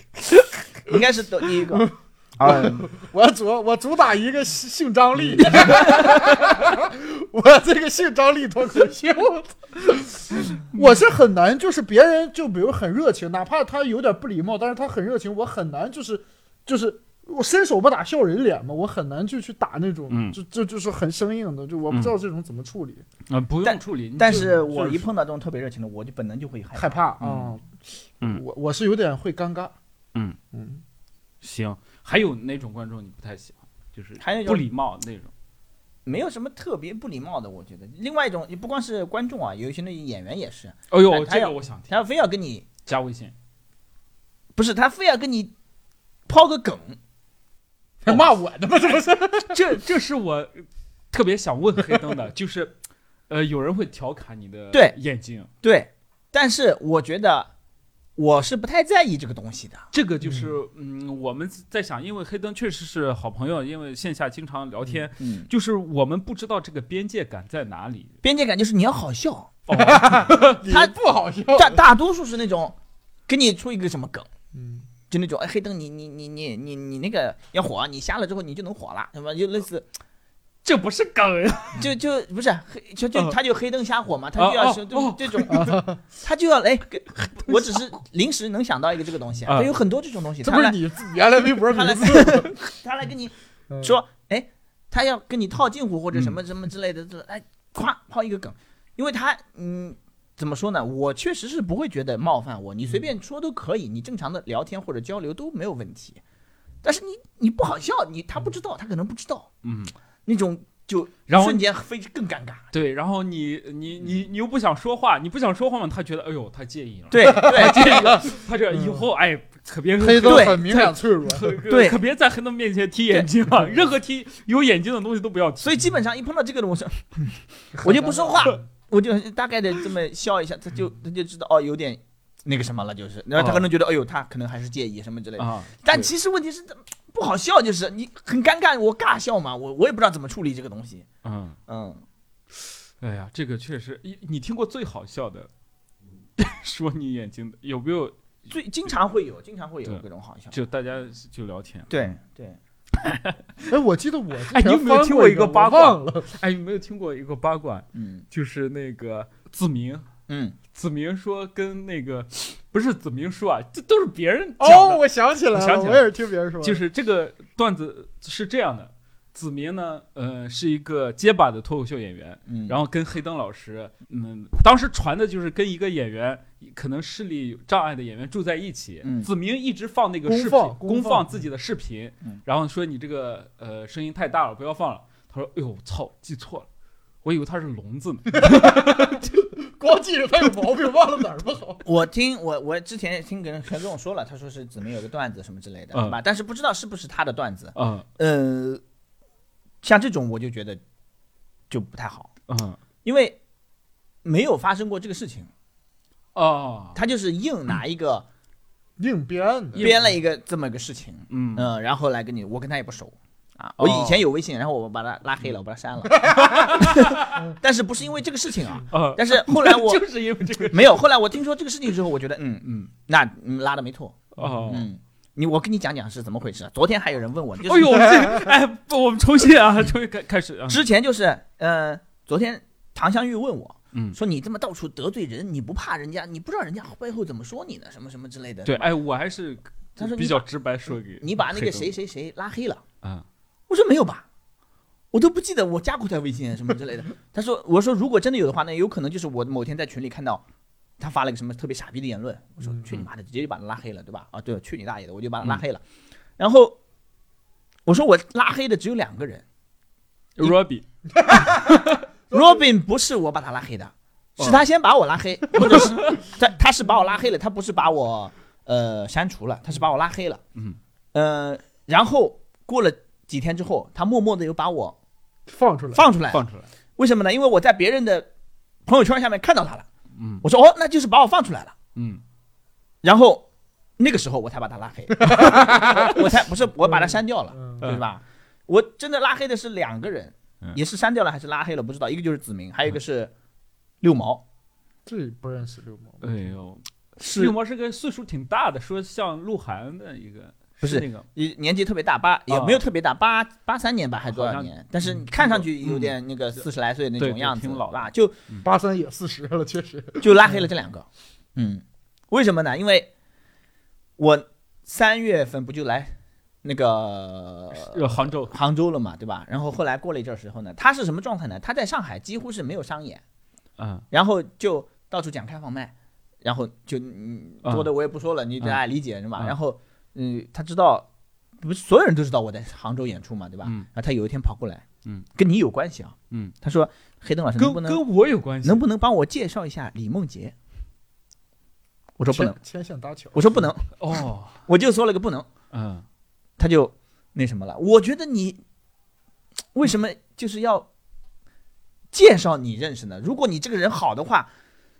应该是得第一个，啊，
我主我主打一个性性张 (laughs) 力，我这个性张力脱口秀，我是很难，就是别人就比如很热情，哪怕他有点不礼貌，但是他很热情，我很难就是就是我伸手不打笑人脸嘛，我很难就去打那种，
嗯
就就就是很生硬的，就我不知道这种怎么处理，
啊、不用
但
处理。你
但
就是
我
就是
一碰到这种特别热情的，我就本能就会害
害
怕。
怕啊，
嗯
我我是有点会尴尬，
嗯
嗯，
行，还有哪种观众你不太喜欢？就是
还有那种
不礼貌那种。
没有什么特别不礼貌的，我觉得。另外一种，也不光是观众啊，有一些那演员也是，还
哎呦，
还
这
有
个我想听，
他非要跟你，
加微信。
不是他非要跟你抛个梗，
还骂我呢吗？这不是
这这是我特别想问黑灯的，就是，呃，有人会调侃你 (laughs) 的
对
眼睛，
对。但是我觉得我是不太在意这个东西的，
这个就是嗯我们在想，因为黑灯确实是好朋友，因为线下经常聊天，
嗯，
就是我们不知道这个边界感在哪里。
边界感就是你要好笑，
哦，
你
他
不好笑，
大大多数是那种给你出一个什么梗。
嗯，
就那种哎，黑灯你你你你你你那个要火，你下了之后你就能火了，什么就类似，
这不是梗啊呀！
就就不是黑就就
哦
他就黑灯瞎火嘛，他就要
哦
是
哦
就这种，他就要哎，
(laughs)
给我只是临时能想到一个这个东西，
啊
他有很多这种东西，
这
他
不是
来
你自己原来微博
他
名
来
字
他来跟你
嗯
说哎，他要跟你套近乎或者什么什么之类的，这哎，咵抛一个梗，因为他嗯。怎么说呢？我确实是不会觉得冒犯我，你随便说都可以，你正常的聊天或者交流都没有问题。但是你你不好笑，你他不知道，他可能不知道
嗯，
那种就
(laughs) 然后
瞬间非更尴尬。
对，然后你你你你又不想说话，你不想说话嘛？他觉得，哎呦，他介意了，
对 (laughs) 对
介意 (laughs) 了，他这以后哎，可别
黑灯
对
很敏感脆弱，
可可
对
可别在黑灯面前提眼睛了，任何提有眼睛的东西都不要提。
所以基本上一碰到这个东西， (laughs) 我就不说话，我就大概的这么笑一下，他就他就知道哦，有点那个什么了，就是，然后他可能觉得，哎呦，他可能还是介意什么之类的。
啊，
但其实问题是不好笑，就是你很尴尬，我尬笑嘛，我我也不知道怎么处理这个东西。
嗯，
嗯，
哎呀，这个确实，你你听过最好笑的 (laughs) 说你眼睛的有没有？
最经常会有，经常会有
对
各种好笑。
就大家就聊天。
对对，
(laughs) 哎，我记得我之前
哎你有没有
翻
听
过
过一个
个
八
我
卦
忘了，
哎，有没有听过一个八卦？
嗯
就是那个子明，
嗯，
子明说跟那个不是子明说啊，这都是别人讲
哦，
的。
我想起来了，
想起来
我也是听别人说的，
就是这个段子是这样的：子明呢，呃，是一个结巴的脱口秀演员，
嗯
然后跟黑灯老师，嗯，当时传的就是跟一个演员，可能视力有障碍的演员住在一起。
嗯
子明一直放那个视频，
公放公
公
放
自己的视频，
嗯
然后说你这个呃声音太大了，不要放了。他说：“哎呦，操，记错了，我以为他是聋子呢。
(laughs)
(laughs)
光记着他有毛病，忘了哪儿不
(laughs)
好。
我听我我之前也听人跟我说了，他说是子明有个段子什么之类的，
嗯
对吧？但是不知道是不是他的段子。
嗯
呃，像这种我就觉得就不太好，”
嗯
因为没有发生过这个事情，嗯
哦，
他就是硬拿一个
硬编的，
编了一个这么个事情，
嗯哦
嗯，然后来跟你，我跟他也不熟啊，我以前有微信，然后我把他拉黑了，
嗯
我把他删了，
(laughs)
但是不是因为这个事情啊，
呃，
但是后来我
就是因为 (laughs) 这个
没有，后来我听说这个事情之后，我觉得嗯，
嗯
那嗯拉的没错，
哦。
嗯。你我跟你讲讲是怎么回事。昨天还有人问我，就是
哎呦，
(laughs)
这哎，不，我们重新啊，重新开开始啊。
之前就是，呃，昨天唐香玉问我，
嗯
说你这么到处得罪人，你不怕人家，你不知道人家背后怎么说你呢，什么什么之类的。
对，，哎，我还是
他说你
比较直白说给
你把那
黑
个
灯
谁谁谁拉黑了，
啊，
我说没有吧，我都不记得我加过他微信什么之类的。他说，我说如果真的有的话，那有可能就是我某天在群里看到。他发了个什么特别傻逼的言论，我说去你妈的，直接就把他拉黑了，对吧？啊，对，去你大爷的，我就把他拉黑了。然后我说我拉黑的只有两个人
Robbie，
，Robin 不是我把他拉黑的，
哦
是他先把我拉黑，或者是他他是把我拉黑了，他不是把我呃删除了，他是把我拉黑了。
嗯，
呃，然后过了几天之后，他默默的又把我
放出来，
放出来，
放出来，
为什么呢？因为我在别人的朋友圈下面看到他了，
嗯
我说哦，那就是把我放出来了。
嗯
然后那个时候我才把他拉
(laughs)
黑，我才不是我把他删掉了，
嗯
对吧？我真的拉黑的是两个人
嗯，
也是删掉了还是拉黑了不知道，一个就是子明，还有一个是六毛。
这不认识六毛，
哎呦，
(laughs) 是
六毛是个岁数挺大的，说像鹿晗的一个
不是
是那个
你年纪特别大，八也
啊
没有特别大，八八三年吧，还多少
好嗯
年？但是你看上去有点那个四十来岁那
对
种
对
样子，
挺老的
吧？就
八三也四十了，确实。
就拉黑了这两个。嗯，为什么呢？因为我三月份不就来那个
呃杭州
杭州了嘛，对吧？然后后来过了一阵儿时候呢，他是什么状态呢？他在上海几乎是没有商演，
嗯
然后就到处讲开放麦，然后就嗯
啊
多的我也不说了，你大家理解是吧？
啊
然后嗯，他知道，不是所有人都知道我在杭州演出嘛，对吧？
嗯
然后他有一天跑过来，
嗯，
跟你有关系啊，
嗯，
他说黑灯老师能
跟
不能
跟我有关系，
能不能帮我介绍一下李梦洁？我说不能
牵，牵线搭桥。
我说不能，
哦，
我就说了个不能，
嗯
他就那什么了。我觉得你为什么就是要介绍你认识呢？如果你这个人好的话，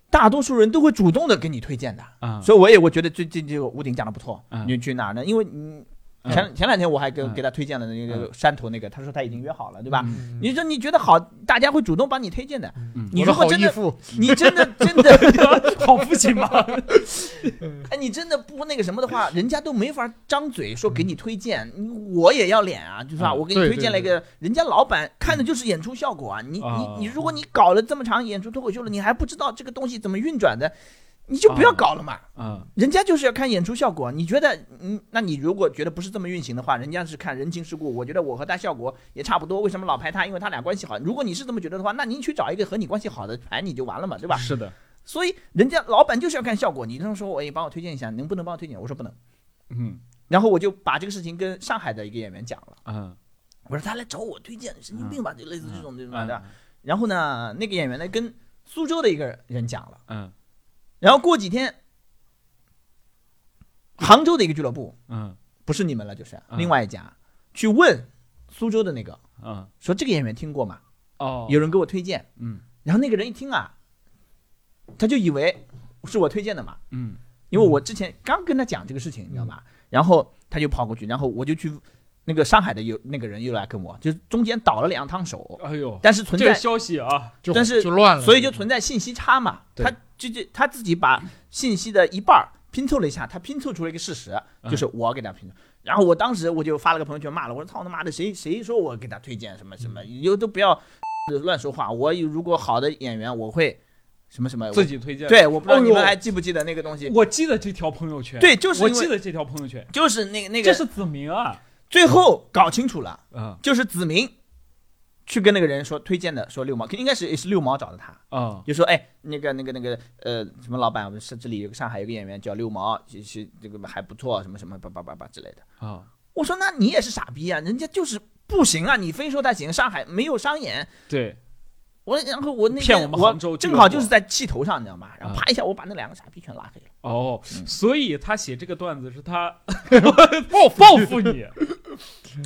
大多数人都会主动的给你推荐的。
啊，
所以我也我觉得这这这个屋顶讲的不错
嗯，
你去哪儿呢？因为你
嗯
前前两天我还给
嗯
给他推荐了那个
嗯
山头那个，他说他已经约好了，对吧？
嗯
你说你觉得好，大家会主动帮你推荐的。
嗯
你
我的
如果
好
真
义
的，
父，
(laughs) 你真的真的，
好父亲嘛，
(laughs) 哎，你真的不那个什么的话，人家都没法张嘴说给你推荐，我也要脸啊，就是吧？
嗯
我给
对
你推荐了一个，人家老板看的就是演出效果啊。你你
啊
你，如果你搞了这么长演出脱口秀了，你还不知道这个东西怎么运转的，你就不要
啊
搞了嘛。 (laughs)
嗯
人家就是要看演出效果。你觉得，嗯，那你如果觉得不是这么运行的话，人家是看人情世故。我觉得我和他效果也差不多，为什么老排他？因为他俩关系好。如果你是这么觉得的话，那您去找一个和你关系好的排你就完了嘛，对吧？
是的，
所以人家老板就是要看效果。你这么说，我也帮我推荐一下，能不能帮我推荐？我说不能。
嗯
然后我就把这个事情跟上海的一个演员讲了，
嗯，
我说他来找我推荐，神经病吧，就类似这种对吧？对吧
嗯
然后呢，那个演员呢跟苏州的一个人讲了，
嗯
然后过几天，杭州的一个俱乐部。
嗯
不是你们了，就是
嗯
另外一家，去问苏州的那个，
嗯，
说这个演员听过吗？
哦，
有人给我推荐，
嗯
然后那个人一听啊，他就以为是我推荐的嘛，
嗯
因为我之前刚跟他讲这个事情，你知道吧？然后他就跑过去，然后我就去那个上海的有那个人又来跟我，就是中间倒了两趟手，
哎呦，
但是存
这个
在，
消息啊，
就
但是
就乱了，
所以就存在信息差嘛。
对
他就就他自己把信息的一半儿拼凑了一下，他拼凑出了一个事实，
嗯
就是我给他评论。然后我当时我就发了个朋友圈骂了，我说操他妈的，谁谁说我给他推荐什么什么，以后都不要乱说话。我如果好的演员，我会什么什么我
自己推荐，，
对，我不知道
哦呦
你们还记不记得那个东西？
我记得这条朋友圈，，
对，就是
我
因
记
为
得这条朋友圈，
就是那个那
这
个，
是子明啊，
最后搞清楚了，
嗯
就是子明去跟那个人说推荐的，说六毛，应该是是六毛找的他。
啊
就说哎，那个那个那个呃，什么老板，我们是这里有个上海有个演员叫六毛，其实这个还不错，什么什么叭叭叭叭之类的。
啊，
我说那你也是傻逼啊，人家就是不行啊，你非说他行，上海没有商演。
对，
我然后我那
骗
天
我们杭州俱
正
乐
好
部
就是在气头上，你知道吗？然后
啊
啪一下，我把那两个傻逼全拉黑了。
哦，
嗯
所以他写这个段子是他
(laughs)
报报复你，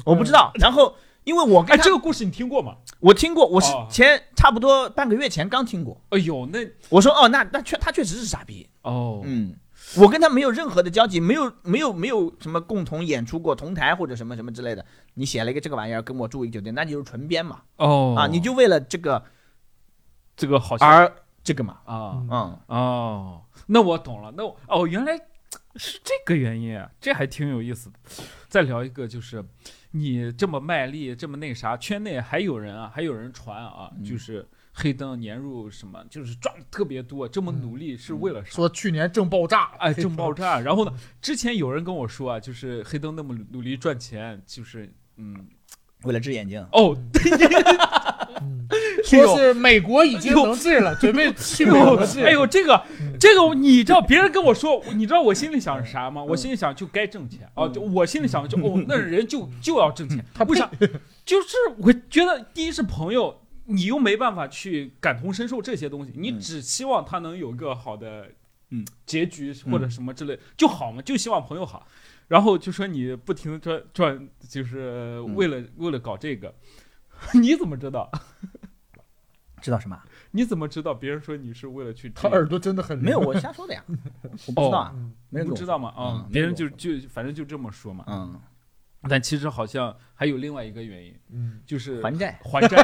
我不知道，然后因为我
嗯哎，
跟
这
这
个故事你听过吗？
我听过，我是
哦
前差不多半个月前刚听过。
哎呦，那
我说哦，那那确他确实是傻逼，
哦，
嗯。我跟他没有任何的交集，没有没有没有什么共同演出过同台或者什么什么之类的。你写了一个这个玩意儿跟我住一个酒店，那就是纯编嘛、
哦
啊！你就为了这个
这个好像
而这个嘛，
啊
嗯
嗯，
哦，那我懂了，那我哦，原来是这个原因啊，这还挺有意思的。再聊一个，就是你这么卖力，这么那啥，圈内还有人啊，还有人传啊，
嗯
就是黑灯年入什么，就是赚的特别多，这么
嗯
努力是为了啥？
说去年正爆炸，
哎，正爆炸！然后呢？之前有人跟我说啊，就是黑灯那么努力赚钱，就是嗯，
为了治眼睛，
哦，
(laughs)
嗯，
哎
说是美国已经能治了，准备去美
(laughs)
国治。
(laughs) 哎呦，这个
嗯
这个，你知道别人跟我说，你知道我心里想是啥吗？我心里想就该挣钱啊，
嗯
就我心里想就哦，
(laughs)
那人就就要挣钱，为啥？就是我觉得第一是朋友。你又没办法去感同身受这些东西，你
嗯
只希望他能有一个好的，
嗯，
结局或者什么之类就好嘛，就希望朋友好。然后就说你不停的赚赚，就是
嗯
为了、为了搞这个， (laughs) 你怎么知道？ (laughs)
知道什么？
你怎么知道别人说你是为了去
他
这个？
耳朵真的很灵
没有，我瞎说的呀，我不知道啊，
嗯
没人
哦
跟
不
我
知道嘛？啊、
嗯
别人就
没
就反正就这么说嘛。
嗯，
但其实好像还有另外一个原因，
嗯，
就是
还债，
还债。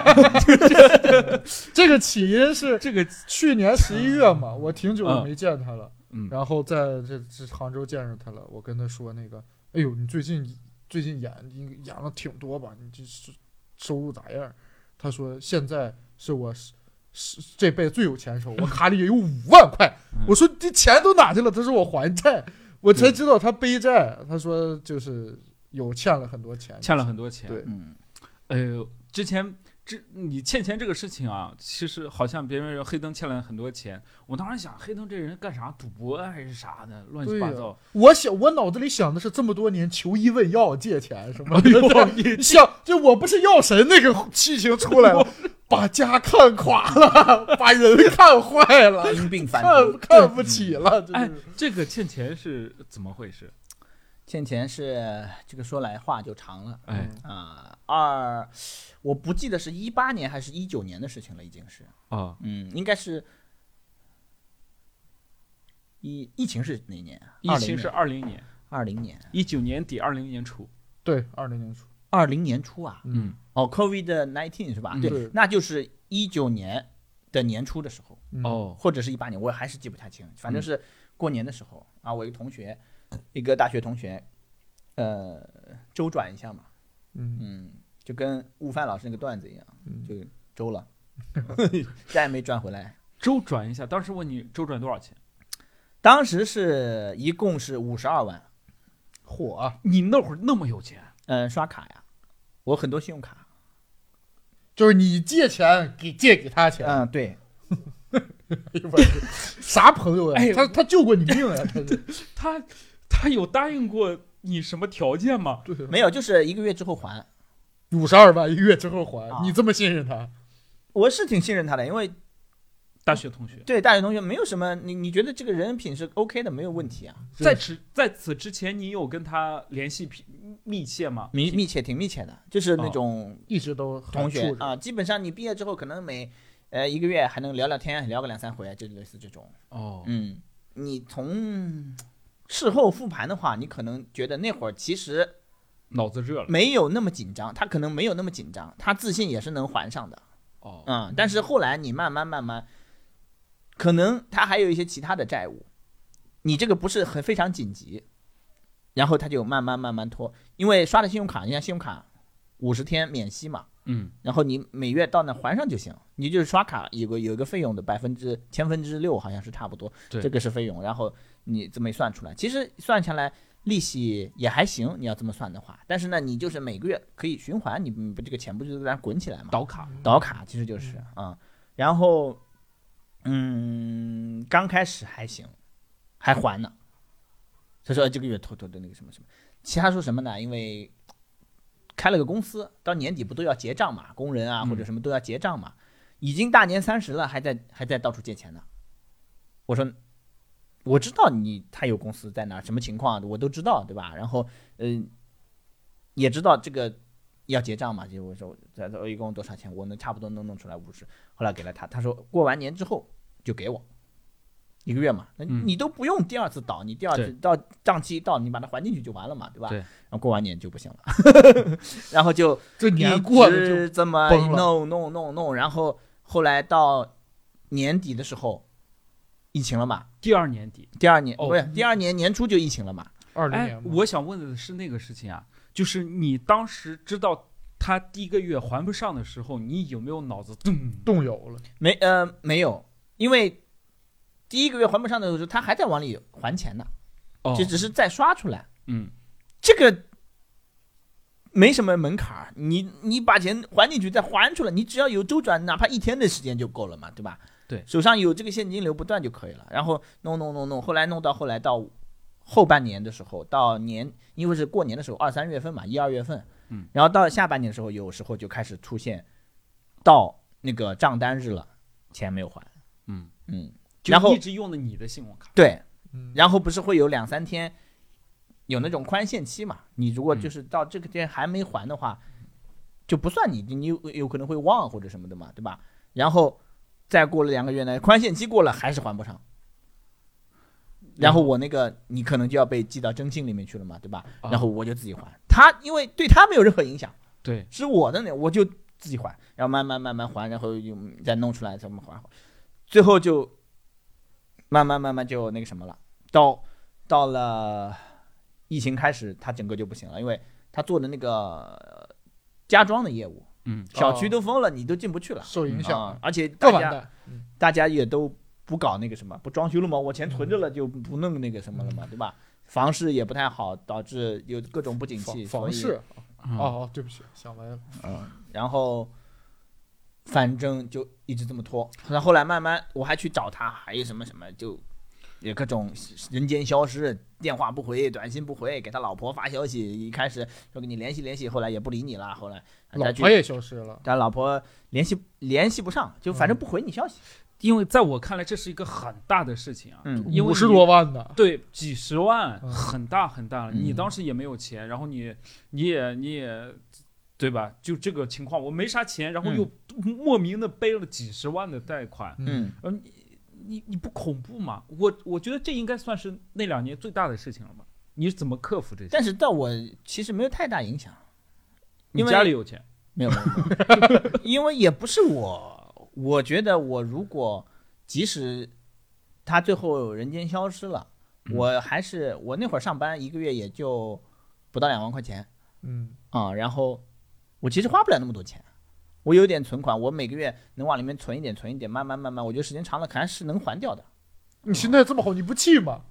(laughs) 这个起因是
这个
去年十一月嘛，我挺久没见他了，
嗯
然后在这这杭州见着他了，我跟他说那个，哎呦，你最近最近演你演了挺多吧？你这收收入咋样？他说现在是我是是这辈子最有钱时候，我卡里有五万块
嗯。
我说这钱都哪去了？他说我还债，我才知道他背债。他说就是有欠了很多钱，
欠了很多钱。
对
(laughs)
嗯，
呃，之前这你欠钱这个事情啊，其实好像别人说黑灯欠了很多钱，我当时想黑灯这人干啥？赌博啊还是啥的，乱七
对
八
呀
糟。
我想，我脑子里想的是这么多年求医问药、借钱什么
哎呦
的。你想， (laughs) 就我不是药神那个 (laughs) 剧情出来了，把家看垮了， (laughs) 把人看坏了，
啊 (laughs) 因病反
看
呃
复。
看不起了，就
哎
是。，
这个欠钱是怎么回事？
欠钱是这个说来话就长了
哎，
啊。二，我不记得是一八年还是一九年的事情了，已经是。
啊，
嗯，应该是疫疫情是哪年啊？
疫情是二零年，
二零年，
一九年底，二零年初。
对，二零年初，
二零年初啊。
嗯，
哦，COVID nineteen 是吧？
嗯
对
对，那就是一九年的年初的时候，
嗯，
哦，
或者是一八年，我还是记不太清，反正是过年的时候啊。我一个同学，一个大学同学，呃，周转一下嘛，
嗯，
嗯，就跟悟饭老师那个段子一样，
嗯
就周
(laughs)
了，再也没赚回来。
周转一下，当时问你周转多少钱？
当时是一共是五十二万，
火啊，
你那会儿那么有钱，
嗯，刷卡呀，我很多信用卡，
就是你借钱给借给他钱，
嗯，对，
哎呦我去 (laughs) 啥朋友
哎
呀？
呦
他他救过你命呀？他是
他他有答应过你什么条件吗？
对，
没有，就是一个月之后还。
五十二万一月之后还
啊，
你这么信任他？
我是挺信任他的，因为
大学同学，
对大学同学没有什么，你你觉得这个人品是 OK 的，没有问题啊，
是
在此在此之前，你有跟他联系密密切吗？
密哦密切挺密切的，就是那种
一直都很
同学
处着
啊，基本上你毕业之后可能每呃一个月还能聊聊天，聊个两三回，就类似这种。
哦，
嗯，你从事后复盘的话，你可能觉得那会儿其实
脑子热了。
没有那么紧张，他可能没有那么紧张，他自信也是能还上的。
哦，
嗯，但是后来你慢慢慢慢，可能他还有一些其他的债务，你这个不是很非常紧急，然后他就慢慢慢慢拖，因为刷的信用卡，你看信用卡五十天免息嘛，
嗯，
然后你每月到那还上就行，你就是刷卡有个有一个费用的百分之千分之六好像是差不多，
对
这个是费用，然后你这么一算出来，其实算下来。利息也还行，你要这么算的话，但是呢，你就是每个月可以循环，你你不这个钱不就在那滚起来嘛？
倒卡。
嗯
导卡其实就是啊、然后嗯，刚开始还行，还还呢。他说、哎这个月偷偷的那个什么什么，其他说什么呢？因为开了个公司，到年底不都要结账嘛，工人啊
嗯
或者什么都要结账嘛，已经大年三十了，还在还在到处借钱呢。我说我知道你他有公司在哪儿，什么情况我都知道，对吧？然后嗯、也知道这个要结账嘛，就我说这这一共多少钱，我能差不多能弄出来五十。后来给了他，他说过完年之后就给我一个月嘛，那
嗯
你都不用第二次倒，你第二次
对
到账期到你把它还进去就完了嘛，对吧？
对
然后过完年就不行了， (laughs) 然后就
这
一
年过的就
直这么
崩了
弄弄弄弄，然后后来到年底的时候，疫情了嘛，
第二年底，
第二年、
哦
不是第二年年初就疫情了嘛，
二零
哎
年，嘛，
我想问的是那个事情啊，就是你当时知道他第一个月还不上的时候，你有没有脑子噔？
动摇了。
没呃没有，因为第一个月还不上的时候，他还在往里还钱呢，
哦
就只是再刷出来。
嗯，
这个没什么门槛儿，你你把钱还进去再还出来，你只要有周转，哪怕一天的时间就够了嘛，对吧？
对
手上有这个现金流不断就可以了。然后弄弄弄弄，后来弄到后来到后半年的时候，到年因为是过年的时候，二三月份嘛，一二月份，
嗯，
然后到下半年的时候，有时候就开始出现到那个账单日了，钱没有还，
嗯
嗯，
就
然后
一直用的你的信用卡。
对，
嗯，
然后不是会有两三天有那种宽限期嘛？你如果就是到这个天还没还的话，就不算你你有有可能会忘或者什么的嘛，对吧？然后再过了两个月呢，宽限期过了还是还不上，然后我那个你可能就要被记到征信里面去了嘛，对吧？
啊
然后我就自己还，他因为对他没有任何影响。
对，
是我的那，我就自己还，然后慢慢慢慢还，然后又再弄出来怎么还，最后就慢慢慢慢就那个什么了，到到了疫情开始，他整个就不行了，因为他做的那个呃家装的业务，
嗯，
小区都封了，你都进不去了。
受
啊
影
嗯
响，，
而且
更
大
完
家
蛋。
大家也都不搞那个什么，不装修了吗？我钱存着了就不弄那个什么了嘛，对吧？房市也不太好，导致有各种不景
房
气。所
房
以
市，
嗯
哦哦，对不起，想歪了。
嗯，然后反正就一直这么拖。那后来慢慢我还去找他，还有什么什么，就也各种人间消失，电话不回，短信不回，给他老婆发消息，一开始说给你联系联系，后来也不理你了，后来
老
再
婆
去。
也消失了，
但老婆联系联系不上，就
嗯
反正不回你消息。
因为在我看来这是一个很大的事情啊，
嗯
因为
五十
你
多万呢。
对，几十万，
嗯
很大很大了。
嗯
你当时也没有钱，然后你你也你也，对吧？就这个情况，我没啥钱，然后
嗯
又莫名的背了几十万的贷款，
嗯，
嗯，
嗯，你你你不恐怖吗？我我觉得这应该算是那两年最大的事情了吧？你是怎么克服这些？
但是到我其实没有太大影响，
你
因为
家里有钱，
没有，没有没
(laughs)
有因为也不是我，我觉得我如果即使他最后人间消失了，
嗯
我还是我那会儿上班一个月也就不到两万块钱
嗯，
啊、然后我其实花不了那么多钱，我有点存款，我每个月能往里面存一点，存一点，慢慢慢慢，我觉得时间长了还是能还掉的，
你现在这么好，你不气吗？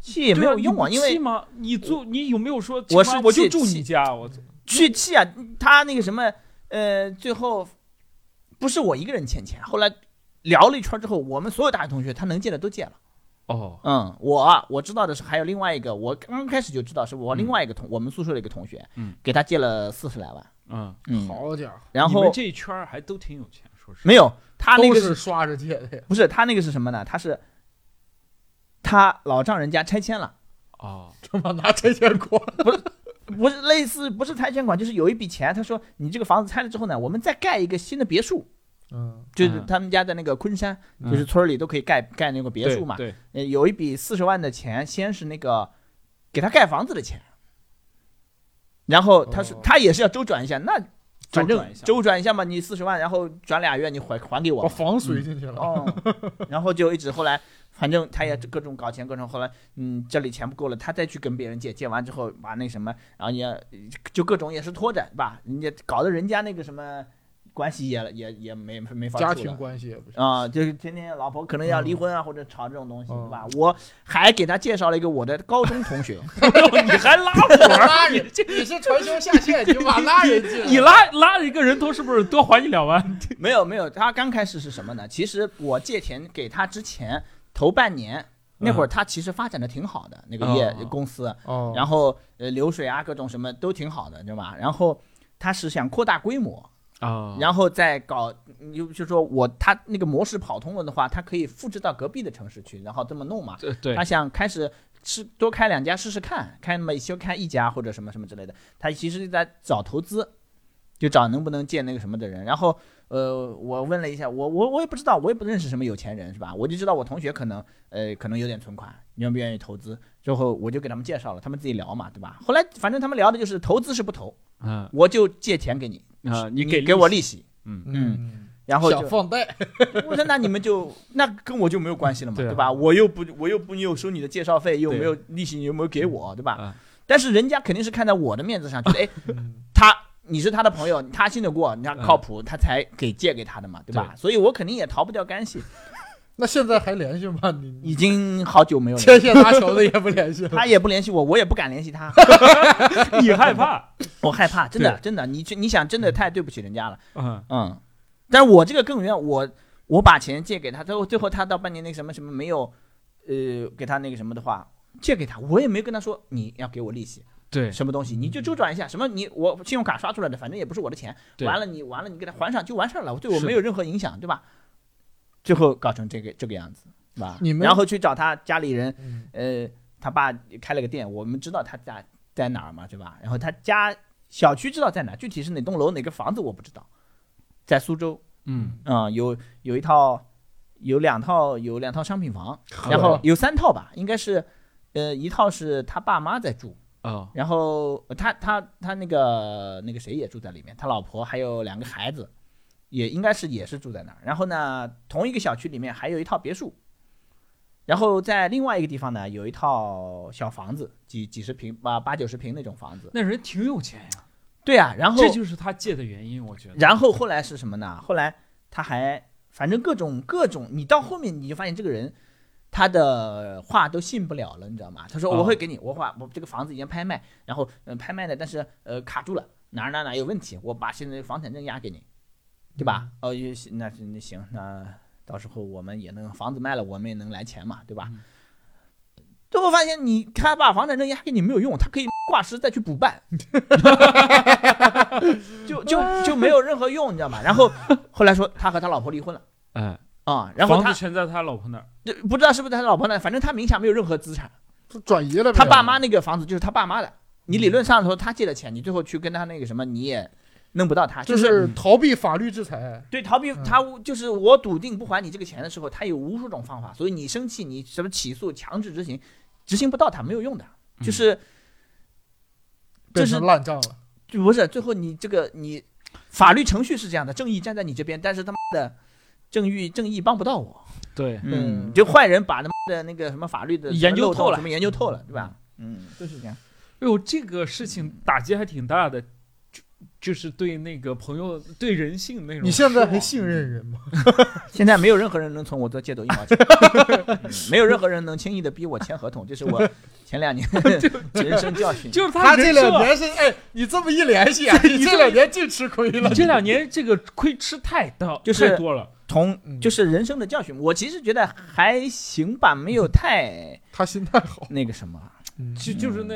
气也没有
对
用啊，
你
因
不气
为
吗？你住你有没有说
我
亲妈
是
我就
气
住你
气
家，我操
去气啊，他那个什么，呃，最后不是我一个人欠钱，后来聊了一圈之后，我们所有大学同学他能借的都借了。
哦，
嗯，我啊我知道的是还有另外一个，我刚开始就知道是我另外一个同、我们宿舍的一个同学，
嗯，
给他借了四十来万，
嗯，
嗯，
好家伙，
然
你们
后
这一圈儿还都挺有钱，说实话，
没有他那
都
个
是刷着借的呀。
不是他那个是什么呢？他是他老丈人家拆迁了，
哦，
他妈拿拆迁
(laughs)
款，
不是类似不是拆迁款，就是有一笔钱，他说你这个房子拆了之后呢，我们再盖一个新的别墅，
嗯，
就是
嗯
他们家在那个昆山，
嗯
就是村儿里都可以盖盖那个别墅嘛，
对，对
呃有一笔四十万的钱，先是那个给他盖房子的钱，然后他是、
哦
他也是要周转一下，那反
周
正
转一下
周转一下嘛，你四十万，然后转俩月你还还给我
把
嘛，
房随进去了。
嗯哦， (laughs) 然后就一直后来，反正他也各种搞钱，各种后来，嗯，这里钱不够了，他再去跟别人借，借完之后把那什么，然后也就各种也是拖着，是吧？人家搞得人家那个什么关系也也也没没法处
家
了
庭关系也 (laughs) 不行。
啊、就是天天老婆可能
嗯
要离婚啊，或者吵这种东西，
嗯
对吧？我还给他介绍了一个我的高中同
(laughs)
学，
哦你还拉活
(laughs) 拉
(laughs)
儿，
人
你这
你是传销下线，你把拉人进
你拉拉一个人头是不是多还你两万？
没有没有，他刚开始是什么呢？其实我借钱给他之前头半年那会儿，他其实发展的挺好的，那个业、
嗯哦
公司，
哦，
然后呃流水啊各种什么都挺好的，对吧？然后他是想扩大规模，
啊
然后再搞，你就就说我他那个模式跑通了的话，他可以复制到隔壁的城市去，然后这么弄嘛。
对对
他，想开始是多开两家试试看，开那么就开一家或者什么什么之类的。他其实在找投资，就找能不能借那个什么的人。然后呃，我问了一下，我我我也不知道，我也不认识什么有钱人是吧？我就知道我同学可能呃可能有点存款，愿不愿意投资？最后我就给他们介绍了，他们自己聊嘛，对吧？后来反正他们聊的就是投资是不投，
嗯啊
我就借钱给你，
你
给
给
给我利息，
嗯，
然后就
想放贷，
我说那你们就那跟我就没有关系了嘛，
对啊
对吧？我又不我又不又收你的介绍费，又
对
没有利息，你又没有给我，对吧嗯
啊？
但是人家肯定是看在我的面子上，觉得
(laughs)
哎，他你是他的朋友，他信得过，你看
嗯
靠谱，他才给借给他的嘛，对吧？所以我肯定也逃不掉干系，
那现在还联系吗？你
已经好久没有联
牵
系，
线搭桥的也不联系了。
他也不联系我，我也不敢联系
(laughs)
他，
你害怕，
我害怕，真的真的，你去你想真的太对不起人家了，
嗯
嗯，但是我这个更冤，我我把钱借给他，最后最后他到半年那个什么什么没有，呃，给他那个什么的话，借给他，我也没跟他说你要给我利息，
对
什么东西你就周转一下，什么你我信用卡刷出来的，反正也不是我的钱，
对
完了你完了你给他还上就完事儿了，我对我
是的
没有任何影响，对吧？最后搞成这个这个样子，是吧？
你们
然后去找他家里人，
嗯
呃，他爸开了个店，我们知道他家在哪儿嘛，对吧？然后他家小区知道在哪儿，具体是哪栋楼哪个房子我不知道，在苏州。
嗯，
嗯，有有一套，有两套，有两套商品房，
好
然后有三套吧，应该是，呃，一套是他爸妈在住，
哦
然后呃他他他那个那个谁也住在里面，他老婆还有两个孩子，也应该是也是住在那儿。然后呢，同一个小区里面还有一套别墅，然后在另外一个地方呢，有一套小房子，几几十平啊八八九十平那种房子。
那人挺有钱呀，
对啊，然后
这就是他借的原因，我觉得。
然后后来是什么呢？后来他还反正各种各种，你到后面你就发现这个人，他的话都信不了了，你知道吗？他说
哦
我会给你，我话我这个房子已经拍卖，然后嗯、呃拍卖了，但是呃卡住了，哪儿哪儿哪儿有问题，我把现在房产证押给你，对
嗯
吧？哦，也行那那行，那到时候我们也能房子卖了，我们也能来钱嘛，对吧？
嗯
最后发现你他把房产证押给你没有用，他可以 (laughs) 挂失再去补办， (laughs) 就就就没有任何用，你知道吗？然
(laughs)
后后来说他和他老婆离婚了
哎，
啊、然后
房
他
子全在他老婆那儿。
就不知道是不是他老婆呢，反正他名下没有任何资产，
就转移了呗。
他
啊
爸妈那个房子就是他爸妈
嗯
的。你理论上说他借的钱，你最后去跟他那个什么，你也弄不到他，
就
就是
逃避法律制裁，
对，逃避
嗯
他就是我笃定不还你这个钱的时候，他有无数种方法，所以你生气，你什么起诉、强制执行，执行不到他没有用的，
嗯
就是这
变
是
成烂账了。
就不是最后你这个你法律程序是这样的，正义站在你这边，但是他妈的正义正义帮不到我，
对，
嗯，
嗯
就坏人把他妈的那个什么法律的什么
研究
漏洞
透了
什么研究透了，对吧？嗯，就是这样。
哎呦，这个事情打击还挺大的，就就是对那个朋友对人性那种失望。
你现在还信任人吗？
现在没有任何人能从我这借走一毛
(laughs)
钱，嗯没有任何人能轻易的逼我签合同，这是我前两
(laughs)
年 (laughs) 人生教训。
就是
他这
人
两
设
年是哎，你这么一联系啊，你这两年净吃亏了
你。这两年这个亏吃太到
就是
太多了，
同
嗯
就是人生的教训，我其实觉得还行吧，没有太
他心态好，
那个什么，
就就是那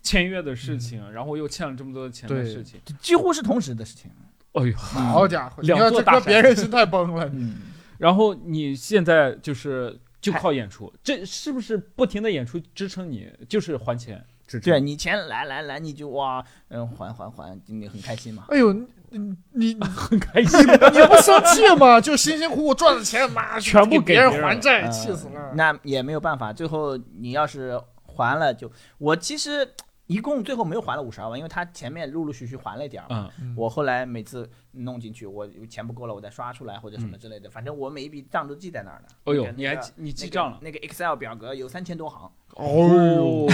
签约的事情，然后又欠了这么多钱的
对
事情。
几乎是同时的事情。
哎呦，
好家伙，你
两
看
座
这
大
搁
山
别人心态
(laughs)
崩了。
嗯，
然后你现在就是就
嗨
靠演出，这是不是不停的演出支撑你，就是还钱支撑？
对你钱来来来，你就哇，嗯，还还还，你很开心嘛。
哎呦，你你你
很开心。
你不生气吗？就辛辛苦苦赚的钱，妈
全部
给
给别
人
人
还
了
债，
嗯
气死了。
那也没有办法，最后你要是还了就，我其实一共最后没有还了五十二万，因为他前面陆陆续续还了一点儿嘛。
嗯，
嗯
我后来每次弄进去，我钱不够了，我再刷出来或者什
嗯
么之类的，反正我每一笔账都记在那儿的。
哎呦，
那个
你还记你记账了？
那个？那个 Excel 表格有三千多行，
哦，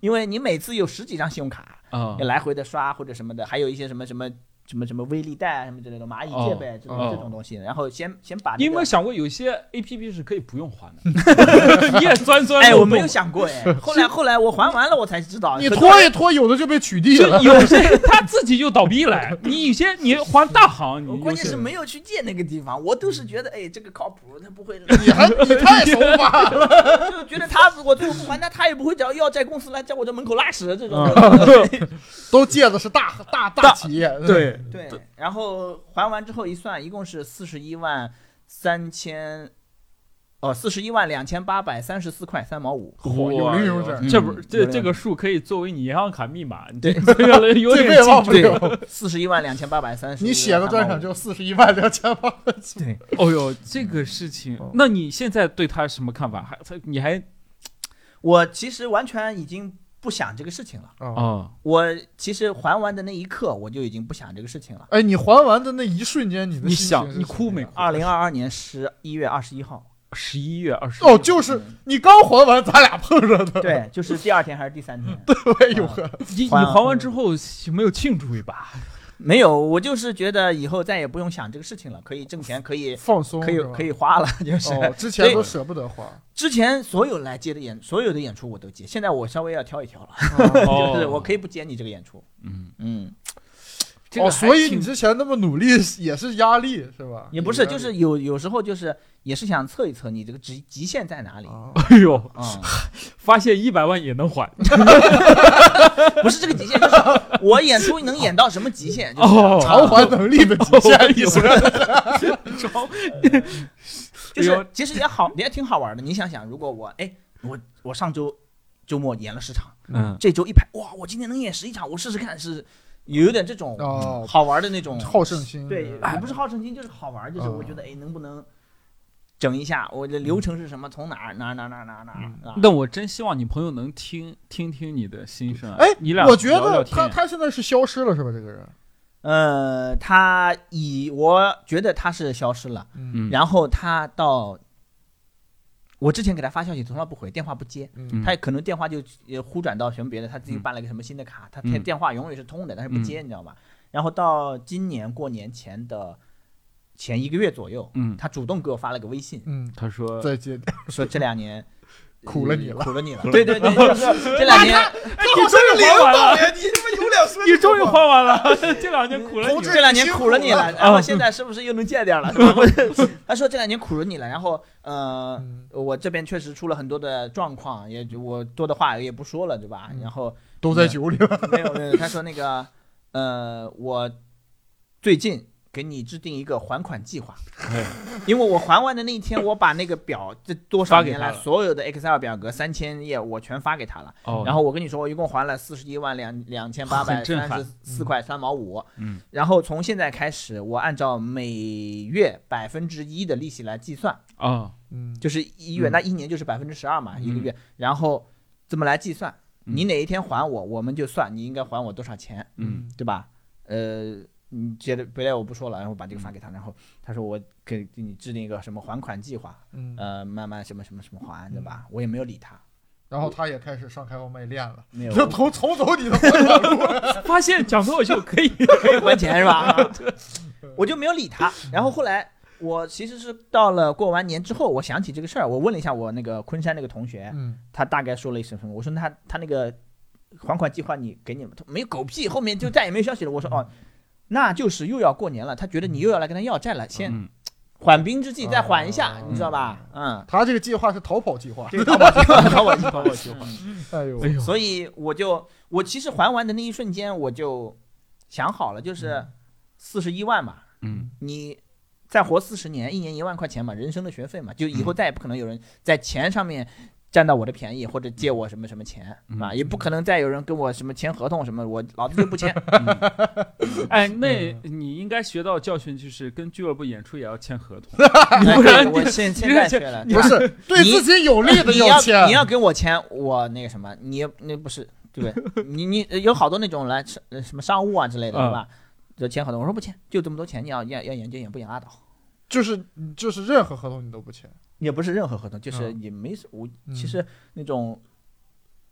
因为你每次有十几张信用卡，
啊
要！来回的刷或者什么的，还有一些什么什么什么什么微粒贷啊什么之类的，蚂蚁借呗这
哦
种这种东西。然后先先把
你
那
有没有
个，
想过，有些 A P P 是可以不用还的？ (laughs) 你也钻钻
哎，
漏
我没有
洞
想
(laughs)
过哎，后来后来我还完了我才知
哦
道，
你
很
拖一拖，有的就被取缔
就
了。
有些人他自己就倒闭了，你有些你还大行，你
我
嗯
有
关键
些
是没有去借那个地方，我都是觉得，哎，这个靠谱，他不
(laughs)
会，
你还你
(laughs)
太手法了，
就觉得他我最后不还他，他也不会找要债公司来在我这门口拉屎这种。
嗯
嗯
都借的是大大大企业。
(laughs)
对，
对，
然后还完之后一算，一共是四十一万三千，哦，四十一万两千八百三十四块三毛
(laughs)
五。
嚯有零有整
哇这不是
嗯
这
有
这
零
个数可以作为你银行卡密码，你
对
这个有
(laughs) 这
点
个也忘
进
不了。
四十一万两千八百三十。
你写个专场就四十一万两千八，
对，
哦呦，这个事情，
哦
那你现在对他什么看法？还他你还
我其实完全已经不想这个事情了。
啊
我其实还完的那一刻，我就已经不想这个事情了。
哎，你还完的那一瞬间，你的
你
心
想
情是
你
什
哭
么
没
样
哭
二零二二年十一月二十一号，
十一月二十
哦，就是你刚还完，咱俩碰上 (laughs) 的，
对，就是第二天还是第三
(laughs)
天？啊
哎呦呵，
你你
还
还完之后有没有庆祝一把？
没有，我就是觉得以后再也不用想这个事情了，可以挣钱，可以
放松
可以
是吧
可以花了， (laughs) 就是。
哦，
所
之前
以
都舍不得花，
之前所有来接的演，所有的演出我都接，现在我稍微要挑一挑了，(laughs)
(laughs)
哦
就是我可以不接你这个演出。
嗯，
嗯，
这个
哦，
还
所以
挺
你之前那么努力也是压力是吧？
也不是，就是有有时候就是也是想测一测你这个极极限在哪里啊、
啊，
哎呦，
嗯
发现一百万也能还
不是这个极限，就是我演出能演到什么极限？就是
哦，
偿还能力的极限，你
(laughs)
说
超
哦
就是其实也好，也挺好玩的。你想想，如果我哎，我我上周周末演了十场，
嗯，
这周一排，哇，我今天能演十一场，我试试看是有点这种
哦，
好玩的那种
好胜心，嗯
对，
哎
也不是好胜心，就是好玩儿，就是我觉得哎，能不能整一下？我的流程是什么？从哪儿哪儿哪儿哪儿哪儿哪儿哪
嗯
儿？
(laughs) 那我真希望你朋友能听听听你的心声啊。
哎
你俩
我觉
聊聊
得他
天 (laughs)
他现在是消失了是吧？这个人，
呃，他以我觉得他是消失了，
嗯
嗯
然后他到我之前给他发消息，从来不回，电话不接，
嗯
他也可能电话就呃呼转到什么别的，他自己
嗯
办了个什么新的卡，他
嗯
电电话永远是通的，但是不
嗯
接，你知道吧？然后到今年过年前的前一个月左右，
嗯，
他主动给我发了个微
(laughs)
信，
嗯，
他说
再见。
说这两年
(laughs)
呃
苦了你了
苦了你
(laughs)
了。对对对，就是这两年
你终于还完了，
呀，你他妈有脸说
你终于还完了， (laughs) 这两年苦了你
同志
了。
这两年苦了你
(laughs)
了，然后现在是不是又能见点了？是吧我
哦
(laughs) 他说这两年苦了你了，然后呃，
嗯
我这边确实出了很多的状况，也就我多的话也不说了，对吧？
嗯
然后
都在酒里了。
(laughs) 没有没有，他说那个呃，我最近给你制定一个还款计划，
哎
因为我还完的那一天，我把那个表这多
发
少
给
年
他
来
了
所有的 Excel 表格三千页我全发给他了。
哦
然后我跟你说，我一共还了四十一万两两千八百
很震
三
撼
十四块三毛五。
嗯，
然后从现在开始，我按照每月百分之一的利息来计算，
哦，
嗯，
就是一月，
嗯
那一年就是百分之十二嘛，一个
嗯
月。然后这么来计算，
嗯
你哪一天还我，我们就算你应该还我多少钱，
嗯，
对吧？呃，你接着回来我不说了，然后把这个发
嗯
给他，然后他说我给给你制定一个什么还款计划，
嗯，
呃，慢慢什么什么什么还，对
嗯
吧？我也没有理他，
然后他也开始上开放麦练了，
没
(laughs)
有。
就从从走你的环保路。
发现讲脱口秀可 (laughs) 以，
可以还钱是吧？
(laughs)
啊我就没有理他。然后后来我其实是到了过完年之后，我想起这个事儿，我问了一下我那个昆山那个同学，
(laughs) 嗯，
他大概说了一声什么，我说他他那个还款计划你给你们，他说没有狗屁，后面就再也没有消息了。我说哦，那就是又要过年了，他觉得你又要来跟他要债了，先
嗯，
缓兵之计再缓一下，
嗯
你知道吧？嗯，
他这个计划是逃跑计划。
这个淘宝计划，淘宝计划
帮我计划。
嗯
哎呦
哎，
(laughs)
呦，
所以我就我其实还完的那一瞬间，我就想好了，就是四十一万嘛，
嗯
你再活四十年，一年一万块钱嘛，人生的学费嘛，就以后再也不可能有人在钱上面占到我的便宜，或者借我什么什么钱
嗯
啊，也不可能再有人跟我什么签合同什么，我老子就不签。
嗯哎，那你应该学到教训，就是跟俱乐部演出也要签合同，不
哎
然
对我现现在学了，
不是对自己有利的
你要
签，
你要跟我签，我那个什么，你那不是对不对？你你有好多那种来什什么商务啊之类的，
嗯
是吧？就签合同，我说不签，就这么多钱，你要要要演就演，不演拉倒。
就是就是任何合同你都不签。
也不是任何合同，就是
嗯
也没什我
嗯
其实那种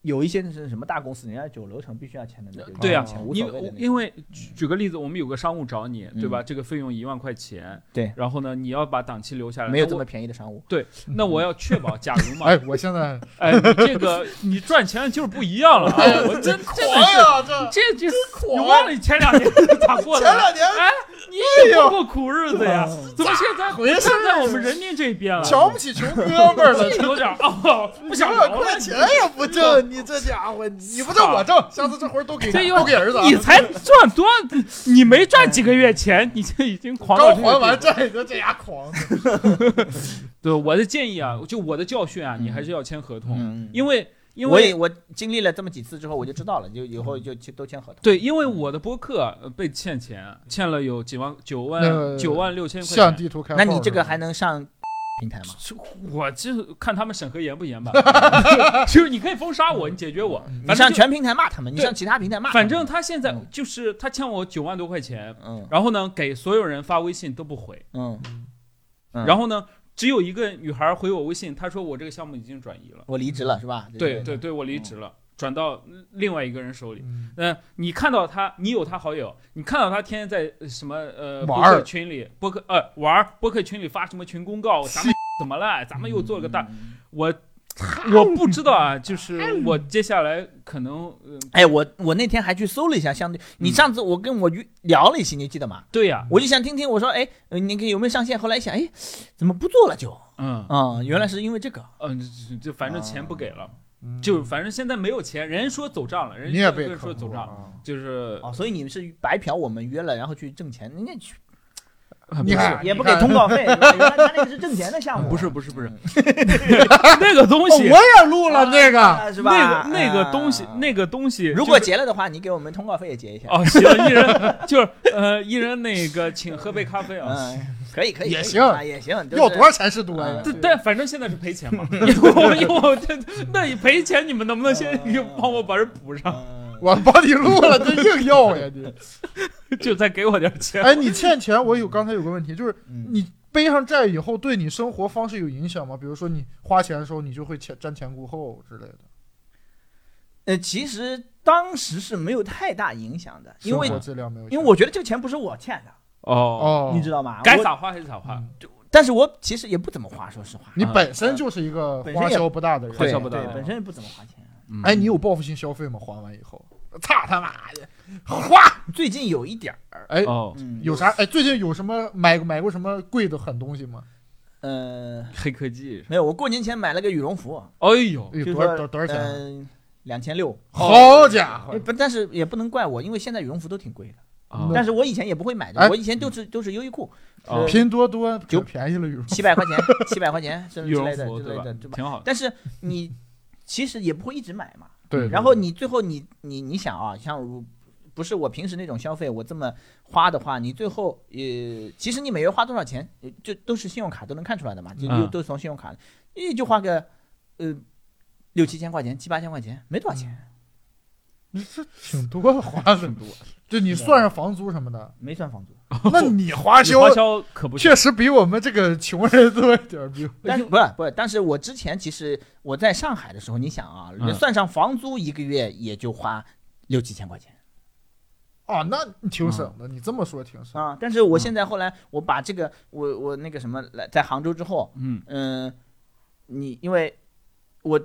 有一些是什么大公司，人家九楼层必须要签的那种，
对
啊
钱无
哦因
所谓的
为
那种。
因为举举个例子，我们有个商务找你，对吧？
嗯
这个费用一万块钱，
对
然后呢，你要把档期留下来，
没有
那
这么
我
便宜的商务，
那我要
(laughs)
确保，假如嘛
哎，，我现在
哎，你这个你赚钱就是不一样了啊！
哎
我真真的是，
呀，这
这这
啊狂啊
你忘了你前两年咋过的？
两年
哎，你也过过苦日子呀？怎么现在
哎回事
站
啊
在我们人民这边了？啊
瞧不起穷哥们儿了，
这有点
(laughs)
儿哦，不想
一
聊
万
了
块。钱也不挣，你这家伙，你不挣我挣，下次这活儿都给
这又
都给儿子啊。
你才赚多，你没赚几个月钱，你这已经狂到
刚
这个
还
地
完
步。
债，你说这家狂。
对，我的建议啊，就我的教训啊，你还是要签合同，
嗯，
因
为
为因
我也
为嗯
我经历了这么几次之后，我就知道了，就以后就去都签合同。
对，因为我的播客呃被欠钱，欠了有几万九万
那
九万六千块
向
钱。
地图开炮
那
是吧，
你这个还能上平台吗？
就我就是看他们审核严不严吧， (laughs) 就是你可以封杀我，你解决我，
你
反
上
正就
全平台骂他们，你上其他平台骂他
(laughs) 反
们。
正他现在
嗯
就是他欠我九万多块钱，
嗯
然后呢给所有人发微信都不回，
嗯，嗯
然后呢只有一个女孩回我微信，她说我这个项目已经转移了，
我离职了是吧？
对
对
对对，我离职了，转到另外一个人手里。
嗯
嗯，你看到他，你有他好友，你看到他天天在呃什么呃播
玩儿
客群里播客呃玩儿播客群里发什么群公告，咱们怎么了？咱们又做了个大，
嗯
我我不知道
哎
啊，就是我接下来可能，呃、
哎，我我那天还去搜了一下，相对你
嗯
上次我跟我约聊了一期，你记得吗？
对呀、
我就想听听，我说，哎，呃那个有没有上线？后来一想，哎，怎么不做了就？
嗯
啊、原来是因为这个。
嗯，就就反正钱不给了，
嗯
就反正现在没有钱，人家说走账了，人
你
家
也
跟
被
人说
坑
走
过
账，
啊。
就是
哦，所以你们是白嫖我们约了，然后去挣钱，人家去
不
你
是
看
也不给通告
(laughs)
费，是吧原来他那个是挣钱的项目，
不是不是不是
嗯
那个东
哦，
西，
我也录了那个，哎
啊是吧？
那个那个
啊
东西，那个东西，
如果结了的话，你给我们通告费也结一下。
哦，行，一人就是呃，一人那个请喝杯咖啡啊。
哎
嗯，可以可以，
也
可以
行
啊也行，就是
要多少钱是多呀
嗯？
但但反正现在是赔钱
(laughs)
嘛，因为我因为我这那你赔钱，你们能不能先
哎
嗯
帮我把人补上，
嗯
我帮你录了，这硬要呀你！哎
就再给我点钱？
哎，你欠钱，我有刚才有个问题，就是
嗯
你背上债以后对你生活方式有影响吗？比如说你花钱的时候，你就会前瞻前顾后之类的。
呃，其实当时是没有太大影响的，因为
生活质量没有下降，
因为我觉得这个钱不是我欠的，
哦，
哦，
你知道啊吗？
该
我
咋花还是咋花，
嗯
但是我其实也不怎么花，说实话，
你本身就是一个
啊本身
花
也
销不大的人，
花
对
销不大
对，本身也不怎么花钱。
啊
嗯
哎，你有报复性消费吗？还完以后，操他妈的，花！
最近有一点儿，
哎，
哦，
嗯，
有啥？哎，最近有什么买买过什么贵的狠东西吗？
呃，
黑科技，
没有，我过年前买了个羽绒服，啊
哎呦，
哎
就
呦，
是
多
说
少多多少钱啊？
嗯，两千六。哎
好家伙！
不，但是也不能怪我，因为现在羽绒服都挺贵的。
嗯
啊
但是我以前也不会买的
哎，
我以前都是都是优衣库，
哦
拼多多
呃就
就便宜了羽绒，
七百块钱，七百块钱之
羽
之
绒
类的
服
之类
吧
的，对？吧？
挺好的，
但是你其实也不会一直买嘛。
对，
然后你最后你你你想啊，像如不是我平时那种消费，我这么花的话，你最后呃，其实你每月花多少钱，呃就都是信用卡都能看出来的嘛，就就
嗯
都是从信用卡，也就花个呃六七千块钱，七八千块钱，没多
嗯
少钱，
你嗯这挺多的花的，
多，
就你算上房租什么
(laughs)
的，
没算房租。 (laughs)
那你花
你
销
花销可不小
确实比我们这个穷人多一点儿。比如
但是不是不是，但是我之前其实我在上海的时候，你想啊
嗯，
算上房租一个月也就花六七千块钱
啊，那你挺省的，你这么说挺省。
啊。但是
嗯
我现在后来我把这个我我那个什么来在杭州之后，
嗯，
嗯，你因为我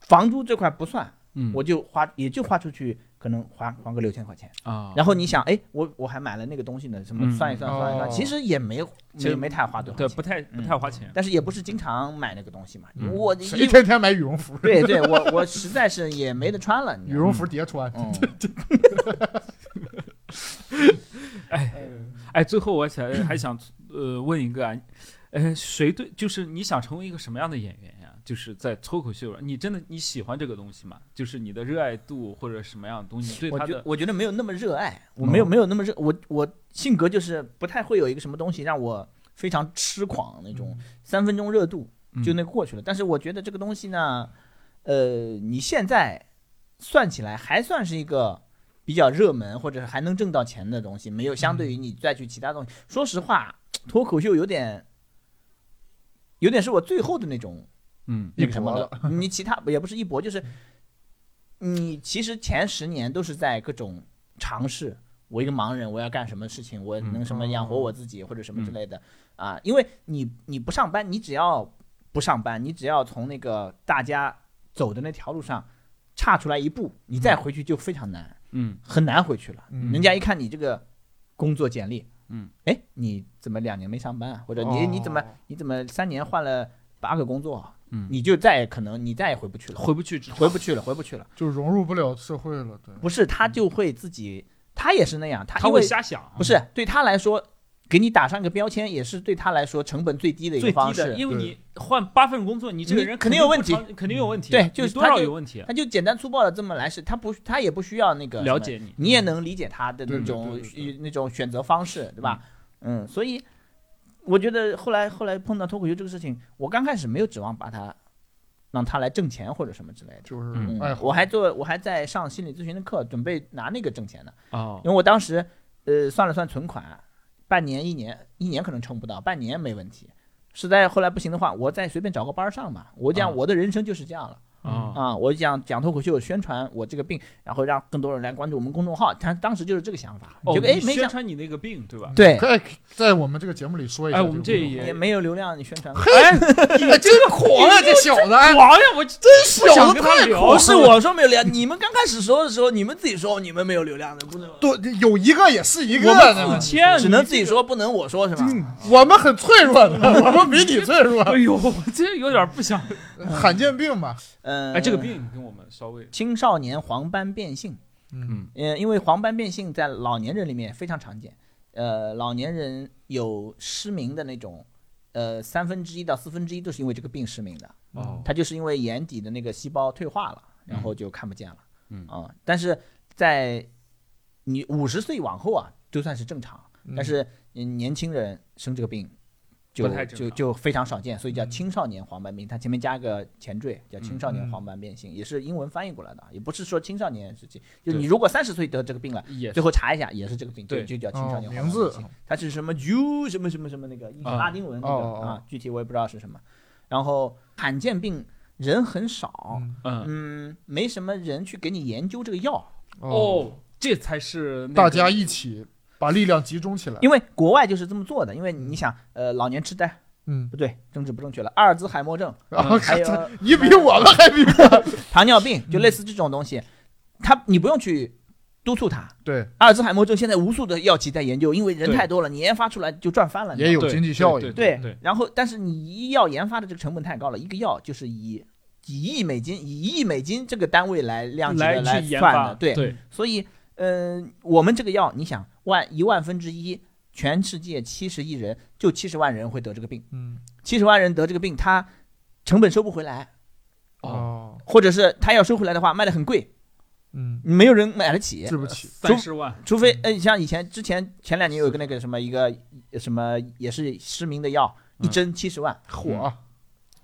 房租这块不算，
嗯，
我就花也就花出去，可能花花个六千块钱。
啊，
然后你想，哎，我我还买了那个东西呢，什么
嗯
算一算
哦
算一算，其实也没有
其实
没没太花多少
对
钱
不，太
嗯
不太花钱，
但是也不是经常买那个东西嘛。
嗯
我
谁
一
天天买羽绒服？
对对，我我实在是也没得穿了，你
羽
知道吗
绒服叠穿，
(laughs)
嗯，
哎，最后我想还想呃问一个啊，呃，谁对就是你想成为一个什么样的演员呀？就是在脱口秀，你真的你喜欢这个东西吗？就是你的热爱度或者什么样的东西，你对
我
他
觉
的
我觉得没有那么热爱，我
哦
没有没有那么热，我我性格就是不太会有一个什么东西让我非常痴狂那种，
嗯
三分钟热度，就那个过去了。但是我觉得这个东西呢，呃，你现在算起来还算是一个比较热门或者是还能挣到钱的东西，没有相对于你再去其他东西。说实话，脱口秀有点，有点是我最后的那种
嗯
那
一
个什
搏
么
了 (laughs)
的，你其他也不是一搏，就是你其实前十年都是在各种尝试。我一个盲人，我要干什么事情？我能什么
嗯
养活我自己，或者什么之类的啊？因为你你不上班，你只要不上班，你只要从那个大家走的那条路上岔出来一步，你再回去就非常难，
嗯
很难回去了。
嗯
人家一看你这个工作简历，
嗯，
哎，你怎么两年没上班啊？或者你你怎么
哦
你怎么三年换了八个工作啊？
嗯，
你就再也可能你再也回不去了，
回不去职场
回不去了，回不去了。
就融入不了社会了？对，
不是他就会自己，他也是那样，他
他
因为
会瞎想，啊
不是对他来说，给你打上个标签也是对他来说成本最低的一
最
个
低
方式。
的，因为你换八份工作，你这个
你
人
肯定
不
有问题
长，肯定有问题，
对
你
就是
多
他
少
就
有问题，
他就简单粗暴的这么来是，他不他也不需要那个什
了
么
解你，
你也能理解他的
对
那
对
种
嗯对对
那种选择方式，对吧？嗯，所以我觉得后来后来碰到脱口秀这个事情，我刚开始没有指望把他让他来挣钱或者什么之类的。
就是
嗯
爱
嗯，
哎好。
我还做我还在上心理咨询的课，准备拿那个挣钱呢。
哦
因为我当时呃算了算存款，半年一年一年可能撑不到，半年没问题。实在后来不行的话，我再随便找个班儿上嘛。我
啊
讲
嗯
我的人生就是这样了。
哦
啊、我讲讲脱口秀，宣传我这个病，然后让更多人来关注我们公众号。他当时就是这个想法，
哦，
结果哎
你，
没
宣
想
传你那个病对吧？
对，
在在我们这个节目里说一下
哎，
个
我
故事，
们这也
也没有流量，你宣传我
哎，
哎真狂啊！这小子，哎
王呀，我真
小
想
子
跟他
太
聊，
狂
不哦是我说没有流量，你们刚开始说的时候，你们自己说你们没有流量的，不能
多有一个也是一个
我们
呢
四千，
只能自己说，不能我说是吧？
嗯
我们很脆弱
(laughs)
的，我们比你脆弱。
哎呦，我这有点不想。
嗯罕见病嘛，
嗯、
哎，这个病你跟我们稍微，
青少年黄斑变性，
嗯，
嗯，因为黄斑变性在老年人里面非常常见，呃，老年人有失明的那种，呃，三分之一到四分之一都是因为这个病失明的。
嗯
哦
它就是因为眼底的那个细胞退化了，然后就看不见了。
嗯
啊、但是在你五十岁往后啊，就算是正常。但是嗯年轻人生这个病，就
不太正
就
常
就非常少见，所以叫
嗯
青少年黄斑变性。它前面加个前缀，叫青少年
嗯
黄斑变性，也是英文翻译过来的啊，也不是说青少年时期。就
对
你如果三十岁得这个病了，
也
最后查一下也是这个病，就
对
就叫青
哦
少年黄
名
斑
字
变性。它是什么 U 什么什么什么那个一个
啊
拉丁文那个
哦哦哦
啊，具体我也不知道是什么。然后罕见病人很少，
嗯
嗯
嗯，没什么人去给你研究这个药，
哦，这才是那个
大家一起把力量集中起来。
因为国外就是这么做的。因为你想，呃，老年痴呆
嗯，
不对，政治不正确了，阿尔兹海默症，
然后
还有
你比我们
(laughs)
还比
糖尿病，就类似这种东西，它你不用去督促它。
对，
阿尔兹海默症现在无数的药企在研究，因为人
对
太多了，你研发出来就赚翻了。你知道
也
吗
有
对
经济效
对
应。
对，
对
然后但是你医药研发的这个成本太高了，一个药就是以几亿美金、以亿美金这个单位来量级的
来
来
去研
算
发，
的，对，
对，
所以嗯、呃我们这个药，你想万一万分之一，全世界七十亿人，就七十万人会得这个病，
嗯，
七十万人得这个病，他成本收不回来，
哦，
或者是他要收回来的话，卖的很贵，
嗯，
没有人买得起。
治不起。
三十万，
除非，呃，像以前之前前两年有一个那个什么一个什么也是失明的药，一
嗯
针七十万，
火啊，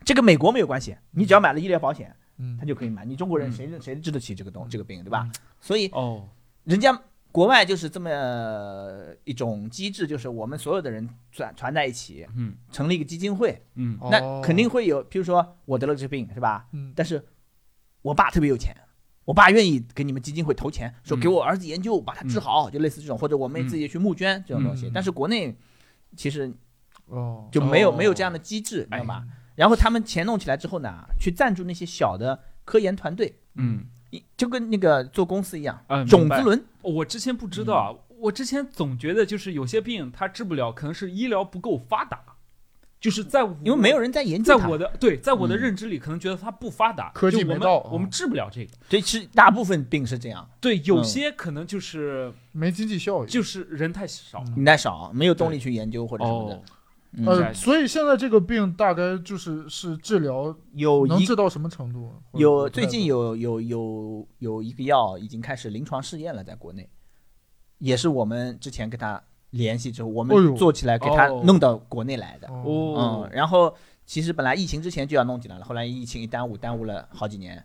这个美国没有关系，你只要买了医疗保险，
嗯
他，就可以买。你中国人
嗯
谁谁治得起这个东这个病，对吧
嗯？
所以
哦，
人家国外就是这么呃一种机制，就是我们所有的人攒攒在一起，
嗯
成立一个基金会，
嗯，
那肯定
哦，
会有，比如说我得了这病是吧？
嗯，
但是我爸特别有钱。我爸愿意给你们基金会投钱，说
嗯
给我儿子研究，把他治好，就类似这种，或者我们
嗯
也自己去募捐这种东西。
嗯
但是国内其实
哦，嗯
就没有、
哦
没有这样的机制，你知道吧？然后他们钱弄起来之后呢，去赞助那些小的科研团队，
嗯
一就跟那个做公司一样，
嗯
啊，
种
明
子
白。
轮，
哦我之前不知道啊，我之前总觉得就是有些病它治不了，可能是医疗不够发达，就是在我
因为没有人在研
在
究它，
我的对，在我的
嗯
认知里，可能觉得它不发达，
科技
就我
没
们
到
我们
嗯
治不了这个。
这是大部分病是这样，
对，有
嗯
些可能就是
没经济效益。
就是人太少
嗯
人太少，没有动力去研究或者什么的
哦。，
嗯
呃，所以现在这个病大概就是是治疗
有
能
一
治到什么程度？啊或者
有
嗯
不太
最近有有有有一个药已经开始临床试验了，在国内，也是我们之前跟他联系之后，我
哎呦
们做起来给他
哦
弄到国内来的。嗯
哦，
哦，，
然后其实本来疫情之前就要弄进来了，后来疫情一耽误，耽误了好几年。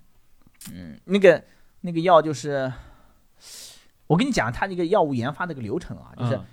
嗯，那个那个药就是，我跟你讲，它这个药物研发的一个流程啊，就是
嗯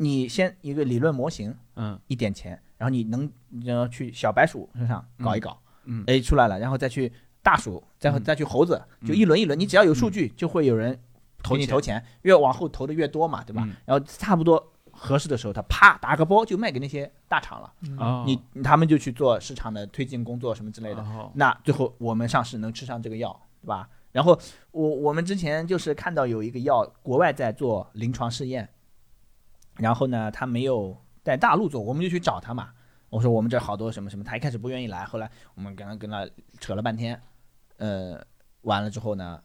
你先一个理论模型，
嗯
一点钱，然后你能然后去小白鼠身上搞一搞，
嗯
哎出来了，然后再去大鼠，再
嗯
再去猴子，
嗯
就一轮一轮，你只要有数据，就会有人投你投
投钱
钱，越往后投的越多嘛，对吧
嗯？
然后差不多合适的时候，它啪打个包就卖给那些大厂了。
嗯
哦，
你他们就去做市场的推进工作什么之
嗯
类的。
哦
那最后我们上市能吃上这个药，对吧？然后我我们之前就是看到有一个药，国外在做临床试验，然后呢，他没有在大陆做，我们就去找他嘛。我说我们这儿好多什么什么，他一开始不愿意来，后来我们跟他跟他扯了半天，呃，完了之后呢，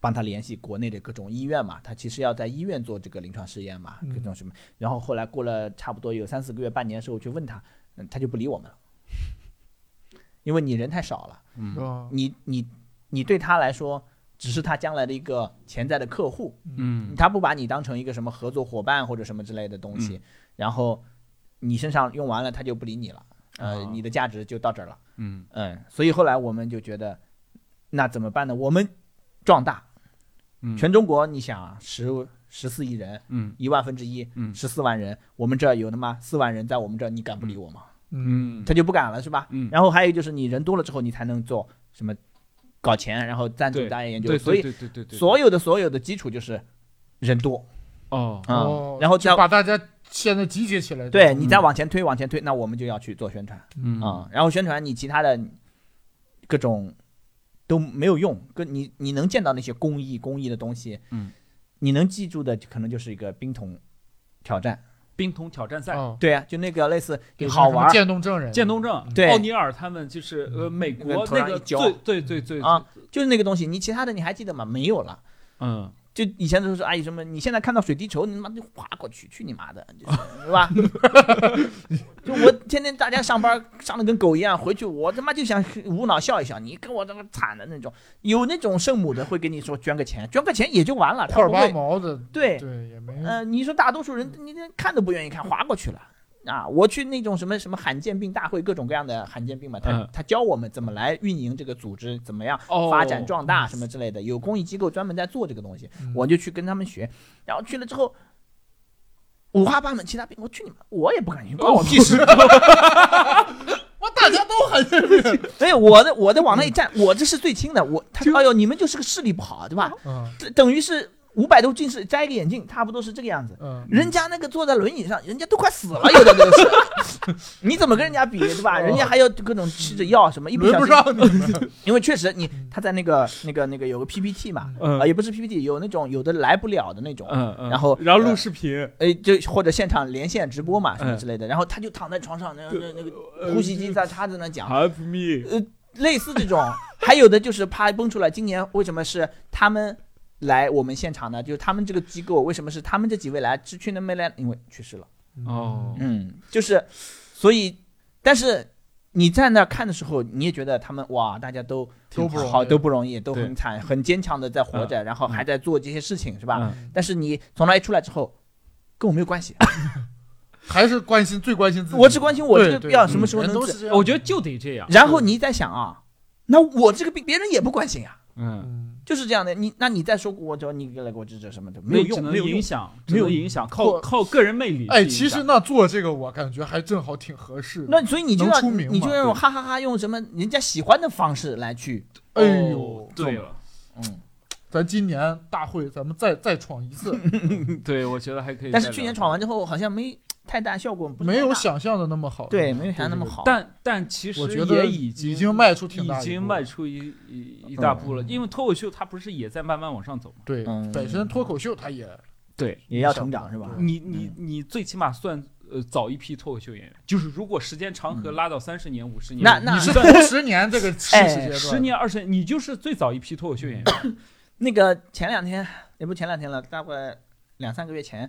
帮他联系国内的各种医院嘛，他其实要在医院做这个临床试验嘛，
嗯
各种什么。然后后来过了差不多有三四个月、半年时候去问他，嗯，他就不理我们了，因为你人太少了，
嗯
哦
你你你对他来说只是他将来的一个潜在的客户，
嗯
他不把你当成一个什么合作伙伴或者什么之类的东西，
嗯
然后你身上用完了，他就不理你了，呃，
哦
你的价值就到这儿了，
嗯
嗯，所以后来我们就觉得，那怎么办呢？我们壮大，
嗯
全中国你想啊十十四亿人，
嗯
一万分之一，
嗯
十四万人，我们这儿有他妈四万人在我们这儿，你敢不理我吗？
嗯
嗯
他就不敢了，是吧？
嗯
然后还有就是你人多了之后，你才能做什么搞钱，然后赞助
对
大家研究，
对
所以
对对对对
所有的所有的基础就是人多
哦
啊、
哦
然后再
就把大家现在集结起来。
对你再往前推往前推，那我们就要去做宣传啊、
嗯
然后宣传你其他的各种都没有用，跟你你能见到那些公益公益的东西，
嗯，
你能记住的可能就是一个冰桶挑战，
冰桶挑战赛
哦，
对啊，就那个类似
比如说
好
什么
玩儿，
渐冻症人，
渐冻症，
对
奥尼尔他们就是呃，美国
头
那
上
个
一浇
最对对对
啊，就是那个东西，你其他的你还记得吗？没有了。
嗯，
就以前都是阿姨哎什么，你现在看到水滴筹，你妈就划过去，去你妈的，就是是吧？ (laughs) 就我天天大家上班上的跟狗一样，回去我他妈就想无脑笑一笑，你跟我这么惨的那种，有那种圣母的会跟你说捐个钱，捐个钱也就完了，他
块
不
八
会
毛的，
对，
对，也没
嗯呃，你说大多数人你这看都不愿意看，划过去了。啊，我去那种什么什么罕见病大会，各种各样的罕见病嘛，他、
嗯
他教我们怎么来运营这个组织，怎么样
哦
发展壮大什么之类的，有公益机构专门在做这个东西，
嗯
我就去跟他们学，然后去了之后。五花八门，其他病我去哦你妈，我也不感兴趣，关我屁事。 (laughs)
我大家都很认识。
对，我的我的往那一站，我这是最轻的。我他哎呦，你们就是个视力不好，对吧？
嗯
这等于是五百度近视，摘个眼镜，差不多是这个样子。
嗯，
人家那个坐在轮椅上，人家都快死了，有的都是。你怎么跟人家比，对吧？人家还要各种吃着药什么，一嗯不
轮
小
不
心，
上你 (laughs) 们。
因为确实你他在那个那个那个有个 PPT 嘛，啊、
嗯
也不是 PPT，有那种有的来不了的那种，
嗯嗯，
然后
然后录
呃
视频，
哎，就或者现场连线直播嘛什么
嗯
之类的，然后他就躺在床上，那那那个
呃
呼吸机在插着那讲，
help me，
类似这种，还有的就是啪蹦出来。今年为什么是他们来我们现场呢？就是他们这个机构为什么是他们这几位来？只去年没来，因为去世了。
哦
嗯，就是，所以，但是你在那儿看的时候，你也觉得他们哇，大家都
都不容易嗯
好，都不容易，都
对
很惨，很坚强的在活着，然后还在做这些事情，是吧？
嗯
但是你从那一出来之后。跟我没有关系，
还是关心最关心自己。
我只关心我这
对
个
对
病
嗯
什么时候
人
能
都
治。
是这样。
我觉得就得这样，
然后你再想啊，那我这个病别人也不关心呀、啊
嗯，
嗯，
就是这样的。你那你再说我叫你来给我支持什么的，没
没
有
只
用，
能
没有用
影。响，
没
没
有
有影响，靠
或
靠个人魅力去影响。
哎，其实那做这个我感觉还正好挺合适的。
那所以你就要
能出名吗
你就要用哈哈哈，用什么人家喜欢的方式来去，
哎
哦
呦，
对了，
嗯。
咱今年大会咱们再再闯一次，
对我觉得还可以再聊。
但是去年闯完之后好像没太大效果，不是
没有
太大
想象的那么好。
对，没有想象那么好。
但但其实
我觉
也
得
已经
已经迈出挺
已
大一
经
步嗯
迈出一一一大步了，因为脱口秀它不是也在慢慢往上走吗？
对，
嗯
本身脱口秀它也
对
也要成长是
嗯
吧？
你你你最起码算呃早一批脱口秀演员，就是如果时间长河
嗯
拉到三十年、五十年，
那那
你 (laughs)
是
算
头十年这个事
哎
实阶
哎
段，嗯
十年、二十年，你就是最早一批脱口秀演员。
那个前两天也不是前两天了，大概两三个月前，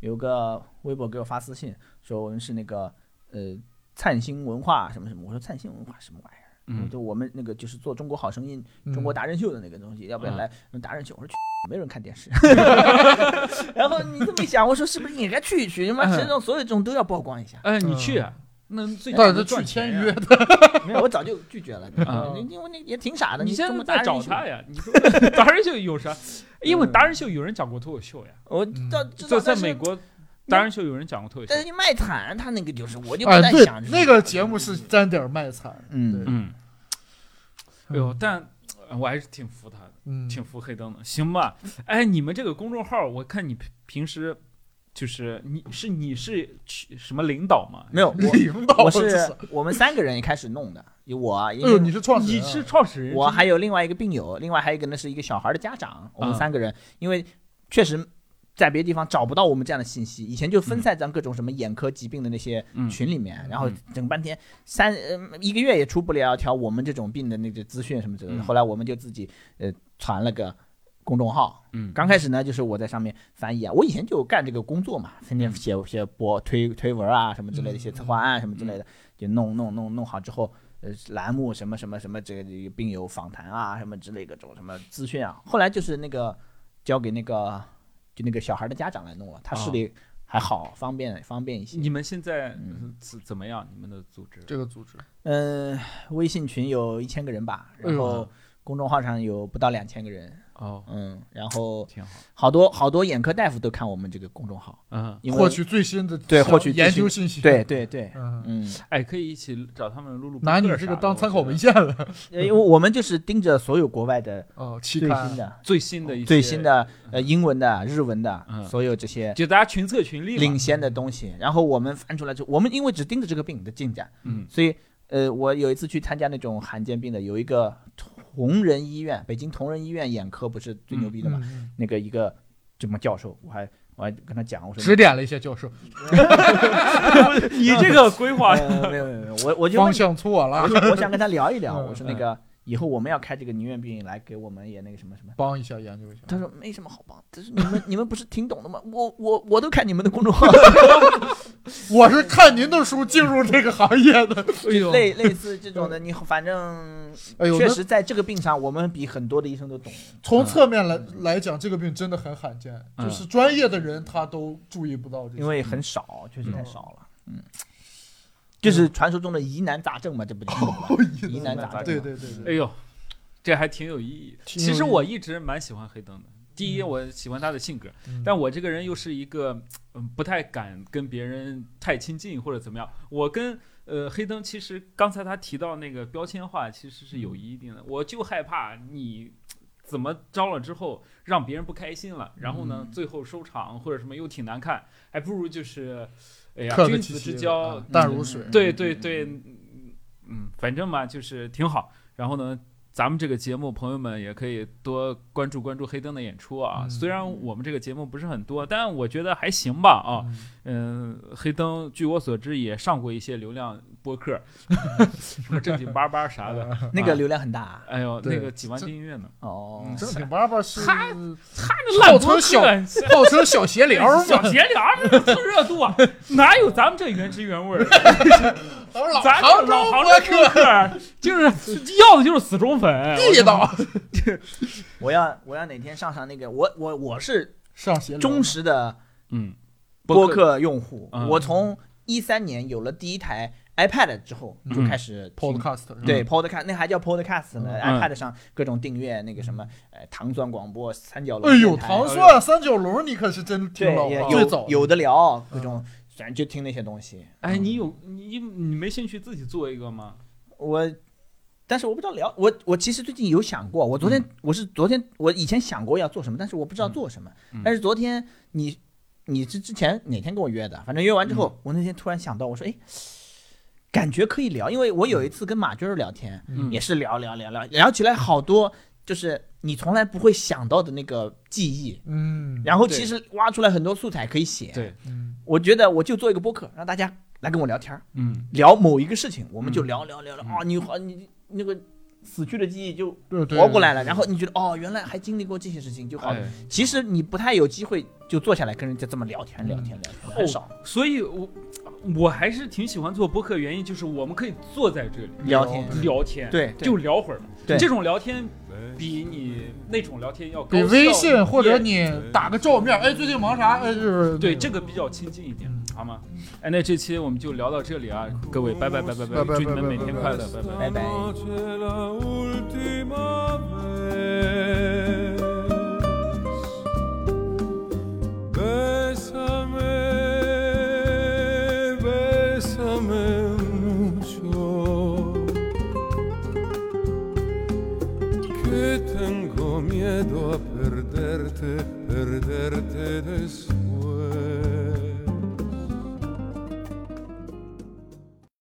有个微博给我发私信说我们是那个呃灿星文化什么什么，我说灿星文化什么玩意儿？
嗯，
就我们那个就是做中国好声音
嗯
中国达人秀的那个东西，要不要
嗯
来嗯达人秀？我说去，没人看电视。 (laughs) 然后你这么一想，我说是不是也该去一去？他妈，
嗯
这种所有这种都要曝光一下。
哎，你去，
嗯
那最早
但是
的
他去签约，的，
没有，我早就拒绝了
嗯，
因为那也挺傻的。
你现
中
在
国
在
达
找
人秀 (laughs)
他呀？你说达人秀有啥？因为达人秀有人讲过脱口秀呀，
我
嗯
到嗯知道
在在
但是
美国达人秀有人讲过脱口
但是
秀。
你卖惨，他那个就是我就不
啊
哎，
太
对
想，
那个节目是沾点儿卖惨，
嗯，
嗯，哎呦，但呃我还是挺服他的。
嗯，
挺服黑灯的，行吧？哎，你们这个公众号，我看你平平时就是你是你是去什么领导吗？ (laughs)
没有我。
(laughs) 领导
我
这
是我们三个人一开始弄的，有我，因
哎呦，
为
你是创始
你
人啊，
是创始人，
我还有另外一个病友，另外还有一个呢是一个小孩的家长，我们
嗯
三个人，因为确实在别的地方找不到我们这样的信息，以前就分散在各种什么眼科疾病的那些
嗯
群里面，
嗯
然后
嗯
整半天三、呃、一个月也出不了条我们这种病的那个资讯什么之类的，
嗯
后来我们就自己呃传了个公众号。
嗯，
刚开始呢，就是我在上面翻译啊，我以前就干这个工作嘛，天天写写博推推文啊什么之类的，
嗯
写策划案什么之类的，就弄弄弄弄好之后，呃，栏目什么什么什么，这个这个病友访谈啊什么之类各种什么资讯啊，后来就是那个交给那个就那个小孩的家长来弄了，他视力还好，方便方便一些。
你们现在
嗯
怎怎么样？你们的组织？
这个组织，
嗯，微信群有一千个人吧，
哎
然
呦
后公众号上有不到两千个人，
哦，
嗯，然后
挺好。
好多好多眼科大夫都看我们这个公众号，
嗯，
因为
获取最新的
对获取最
研
新
究信息，
对，对对，
嗯，
嗯，
哎，可以一起找他们录录播客
拿
啥
你
的。
这个当参考文
献，
献了，
呃因为我们就是盯着所有国外的
哦，期
最新
刊，
的、
最新的一些
最新，的呃英文的、日文的
嗯，
所有这些
就大家群策群力嘛。
领先的东西，然后我们翻出来之后，我们因为只盯着这个病的进展，
嗯
所以呃，我有一次去参加那种罕见病的，有一个同仁医院，北京同仁医院眼科不是最牛逼的嘛，
嗯
那个一个什么教授，我还我还跟他讲，我说
指点了一下教授，
(laughs) 你这个规划，
(laughs)
呃没有没有没有，我我就问
方向错了
我，说我想跟他聊一聊，
嗯
我说那个以后我们要开这个牛眼病来给我们也那个什么什么。
帮一下研究一下，
他说没什么好帮，但是你们你们不是听懂的吗？我我我都看你们的公众号，
哎我是看您的书进入这个行业的，
哎呦，
类类似这种的，你反正
哎呦，
确
那
实嗯在这个病上，我们比很多的医生都懂。
从侧面来来讲，这个病真的很罕见，
嗯
就是专业的人他都注意不到这些，
因为很少，确实太少了。嗯就是传说中的疑难杂症嘛，这不就是吗？
(laughs)
疑难杂症。
对对对
哎
对，
呦，这还挺有意义。
挺有
其实
意义
我一直蛮喜欢黑灯的。第一，我喜欢他的性格，
嗯
但我这个人又是一个嗯不太敢跟别人太亲近或者怎么样。我跟呃黑灯，其实刚才他提到那个标签化，其实是有
嗯
一定的。我就害怕你怎么着了之后让别人不开心了，然后呢，
嗯
最后收场或者什么又挺难看，还不如就是哎呀
客客
君
气
子
气
之
的
交
啊，
嗯
淡如水。
对对对，嗯，嗯反正嘛就是挺好。然后呢，咱们这个节目朋友们也可以多关注关注黑灯的演出啊。
嗯
虽然我们这个节目不是很多，但我觉得还行吧啊。
嗯
嗯，黑灯据我所知也上过一些流量播客，什么正经八八啥的。
那个流量很大啊
哎呦，
嗯对
那个几万
这
订阅呢，
哦。
正经八八嗯是 (laughs)
他他那
号
烂播
称小
客，
号称小闲聊嘛，
小闲聊儿那蹭热度啊，哪有咱们这原汁原味儿？
老
咱
杭
们
州
老杭州
播客
播客就是要的就是死忠
(laughs)
粉，
地道，
嗯
我要我要哪天上上那个，我我我是
上邪
忠实的
嗯，
播客用户，
嗯
我从一三年有了第一台 iPad 之后就开始听
podcast 嗯是吧
对 podcast，那还叫 podcast 呢、
嗯
i p a d 上各种订阅那个什么，呃，糖蒜广播、三角龙
哎呦，
电台
糖蒜三角龙，你可是真
对
挺老
也
啊，最早
有有的聊
嗯
各种，咱就听那些东西。
哎，你有你你没兴趣自己做一个吗？
我，但是我不知道聊我我其实最近有想过，我昨天、我是昨天我以前想过要做什么，但是我不知道做什么。
嗯嗯
但是昨天你你是之前哪天跟我约的？反正约完之
嗯
后，我那天突然想到，我说哎，感觉可以聊，因为我有一次跟马军儿聊天，
嗯
也是聊聊聊聊聊起来好多，就是你从来不会想到的那个记忆。
嗯，
然后其实挖出来很多素材可以写。
对，
嗯
我觉得我就做一个播客，让大家来跟我聊天儿，
嗯，
聊某一个事情，我们就
嗯
聊聊聊聊
嗯
啊，你好，你那个死去的记忆就
对对，
活过来了，然后你觉得哦，原来还经历过这些事情就好。
哎，
其实你不太有机会就坐下来跟人家这么聊天聊天聊天，很少
所以我我还是挺喜欢做播客，原因就是我们可以坐在这里
聊天。
聊天，，
对，
就聊会儿嘛。
对
这种聊天比你那种聊天要高
比
效
微信或者
也
你打个照面，哎，最近忙啥？哎，就是
对这个比较亲近一
嗯
点，好吗？哎，那这期我们就聊到这里啊，各位，拜拜拜拜
拜拜
祝你们
拜拜
每天
拜拜
快乐，拜
拜
拜。
拜。
Noche la última vez. Bésame, bésame mucho. Que tengo miedo a perderte, perderte después.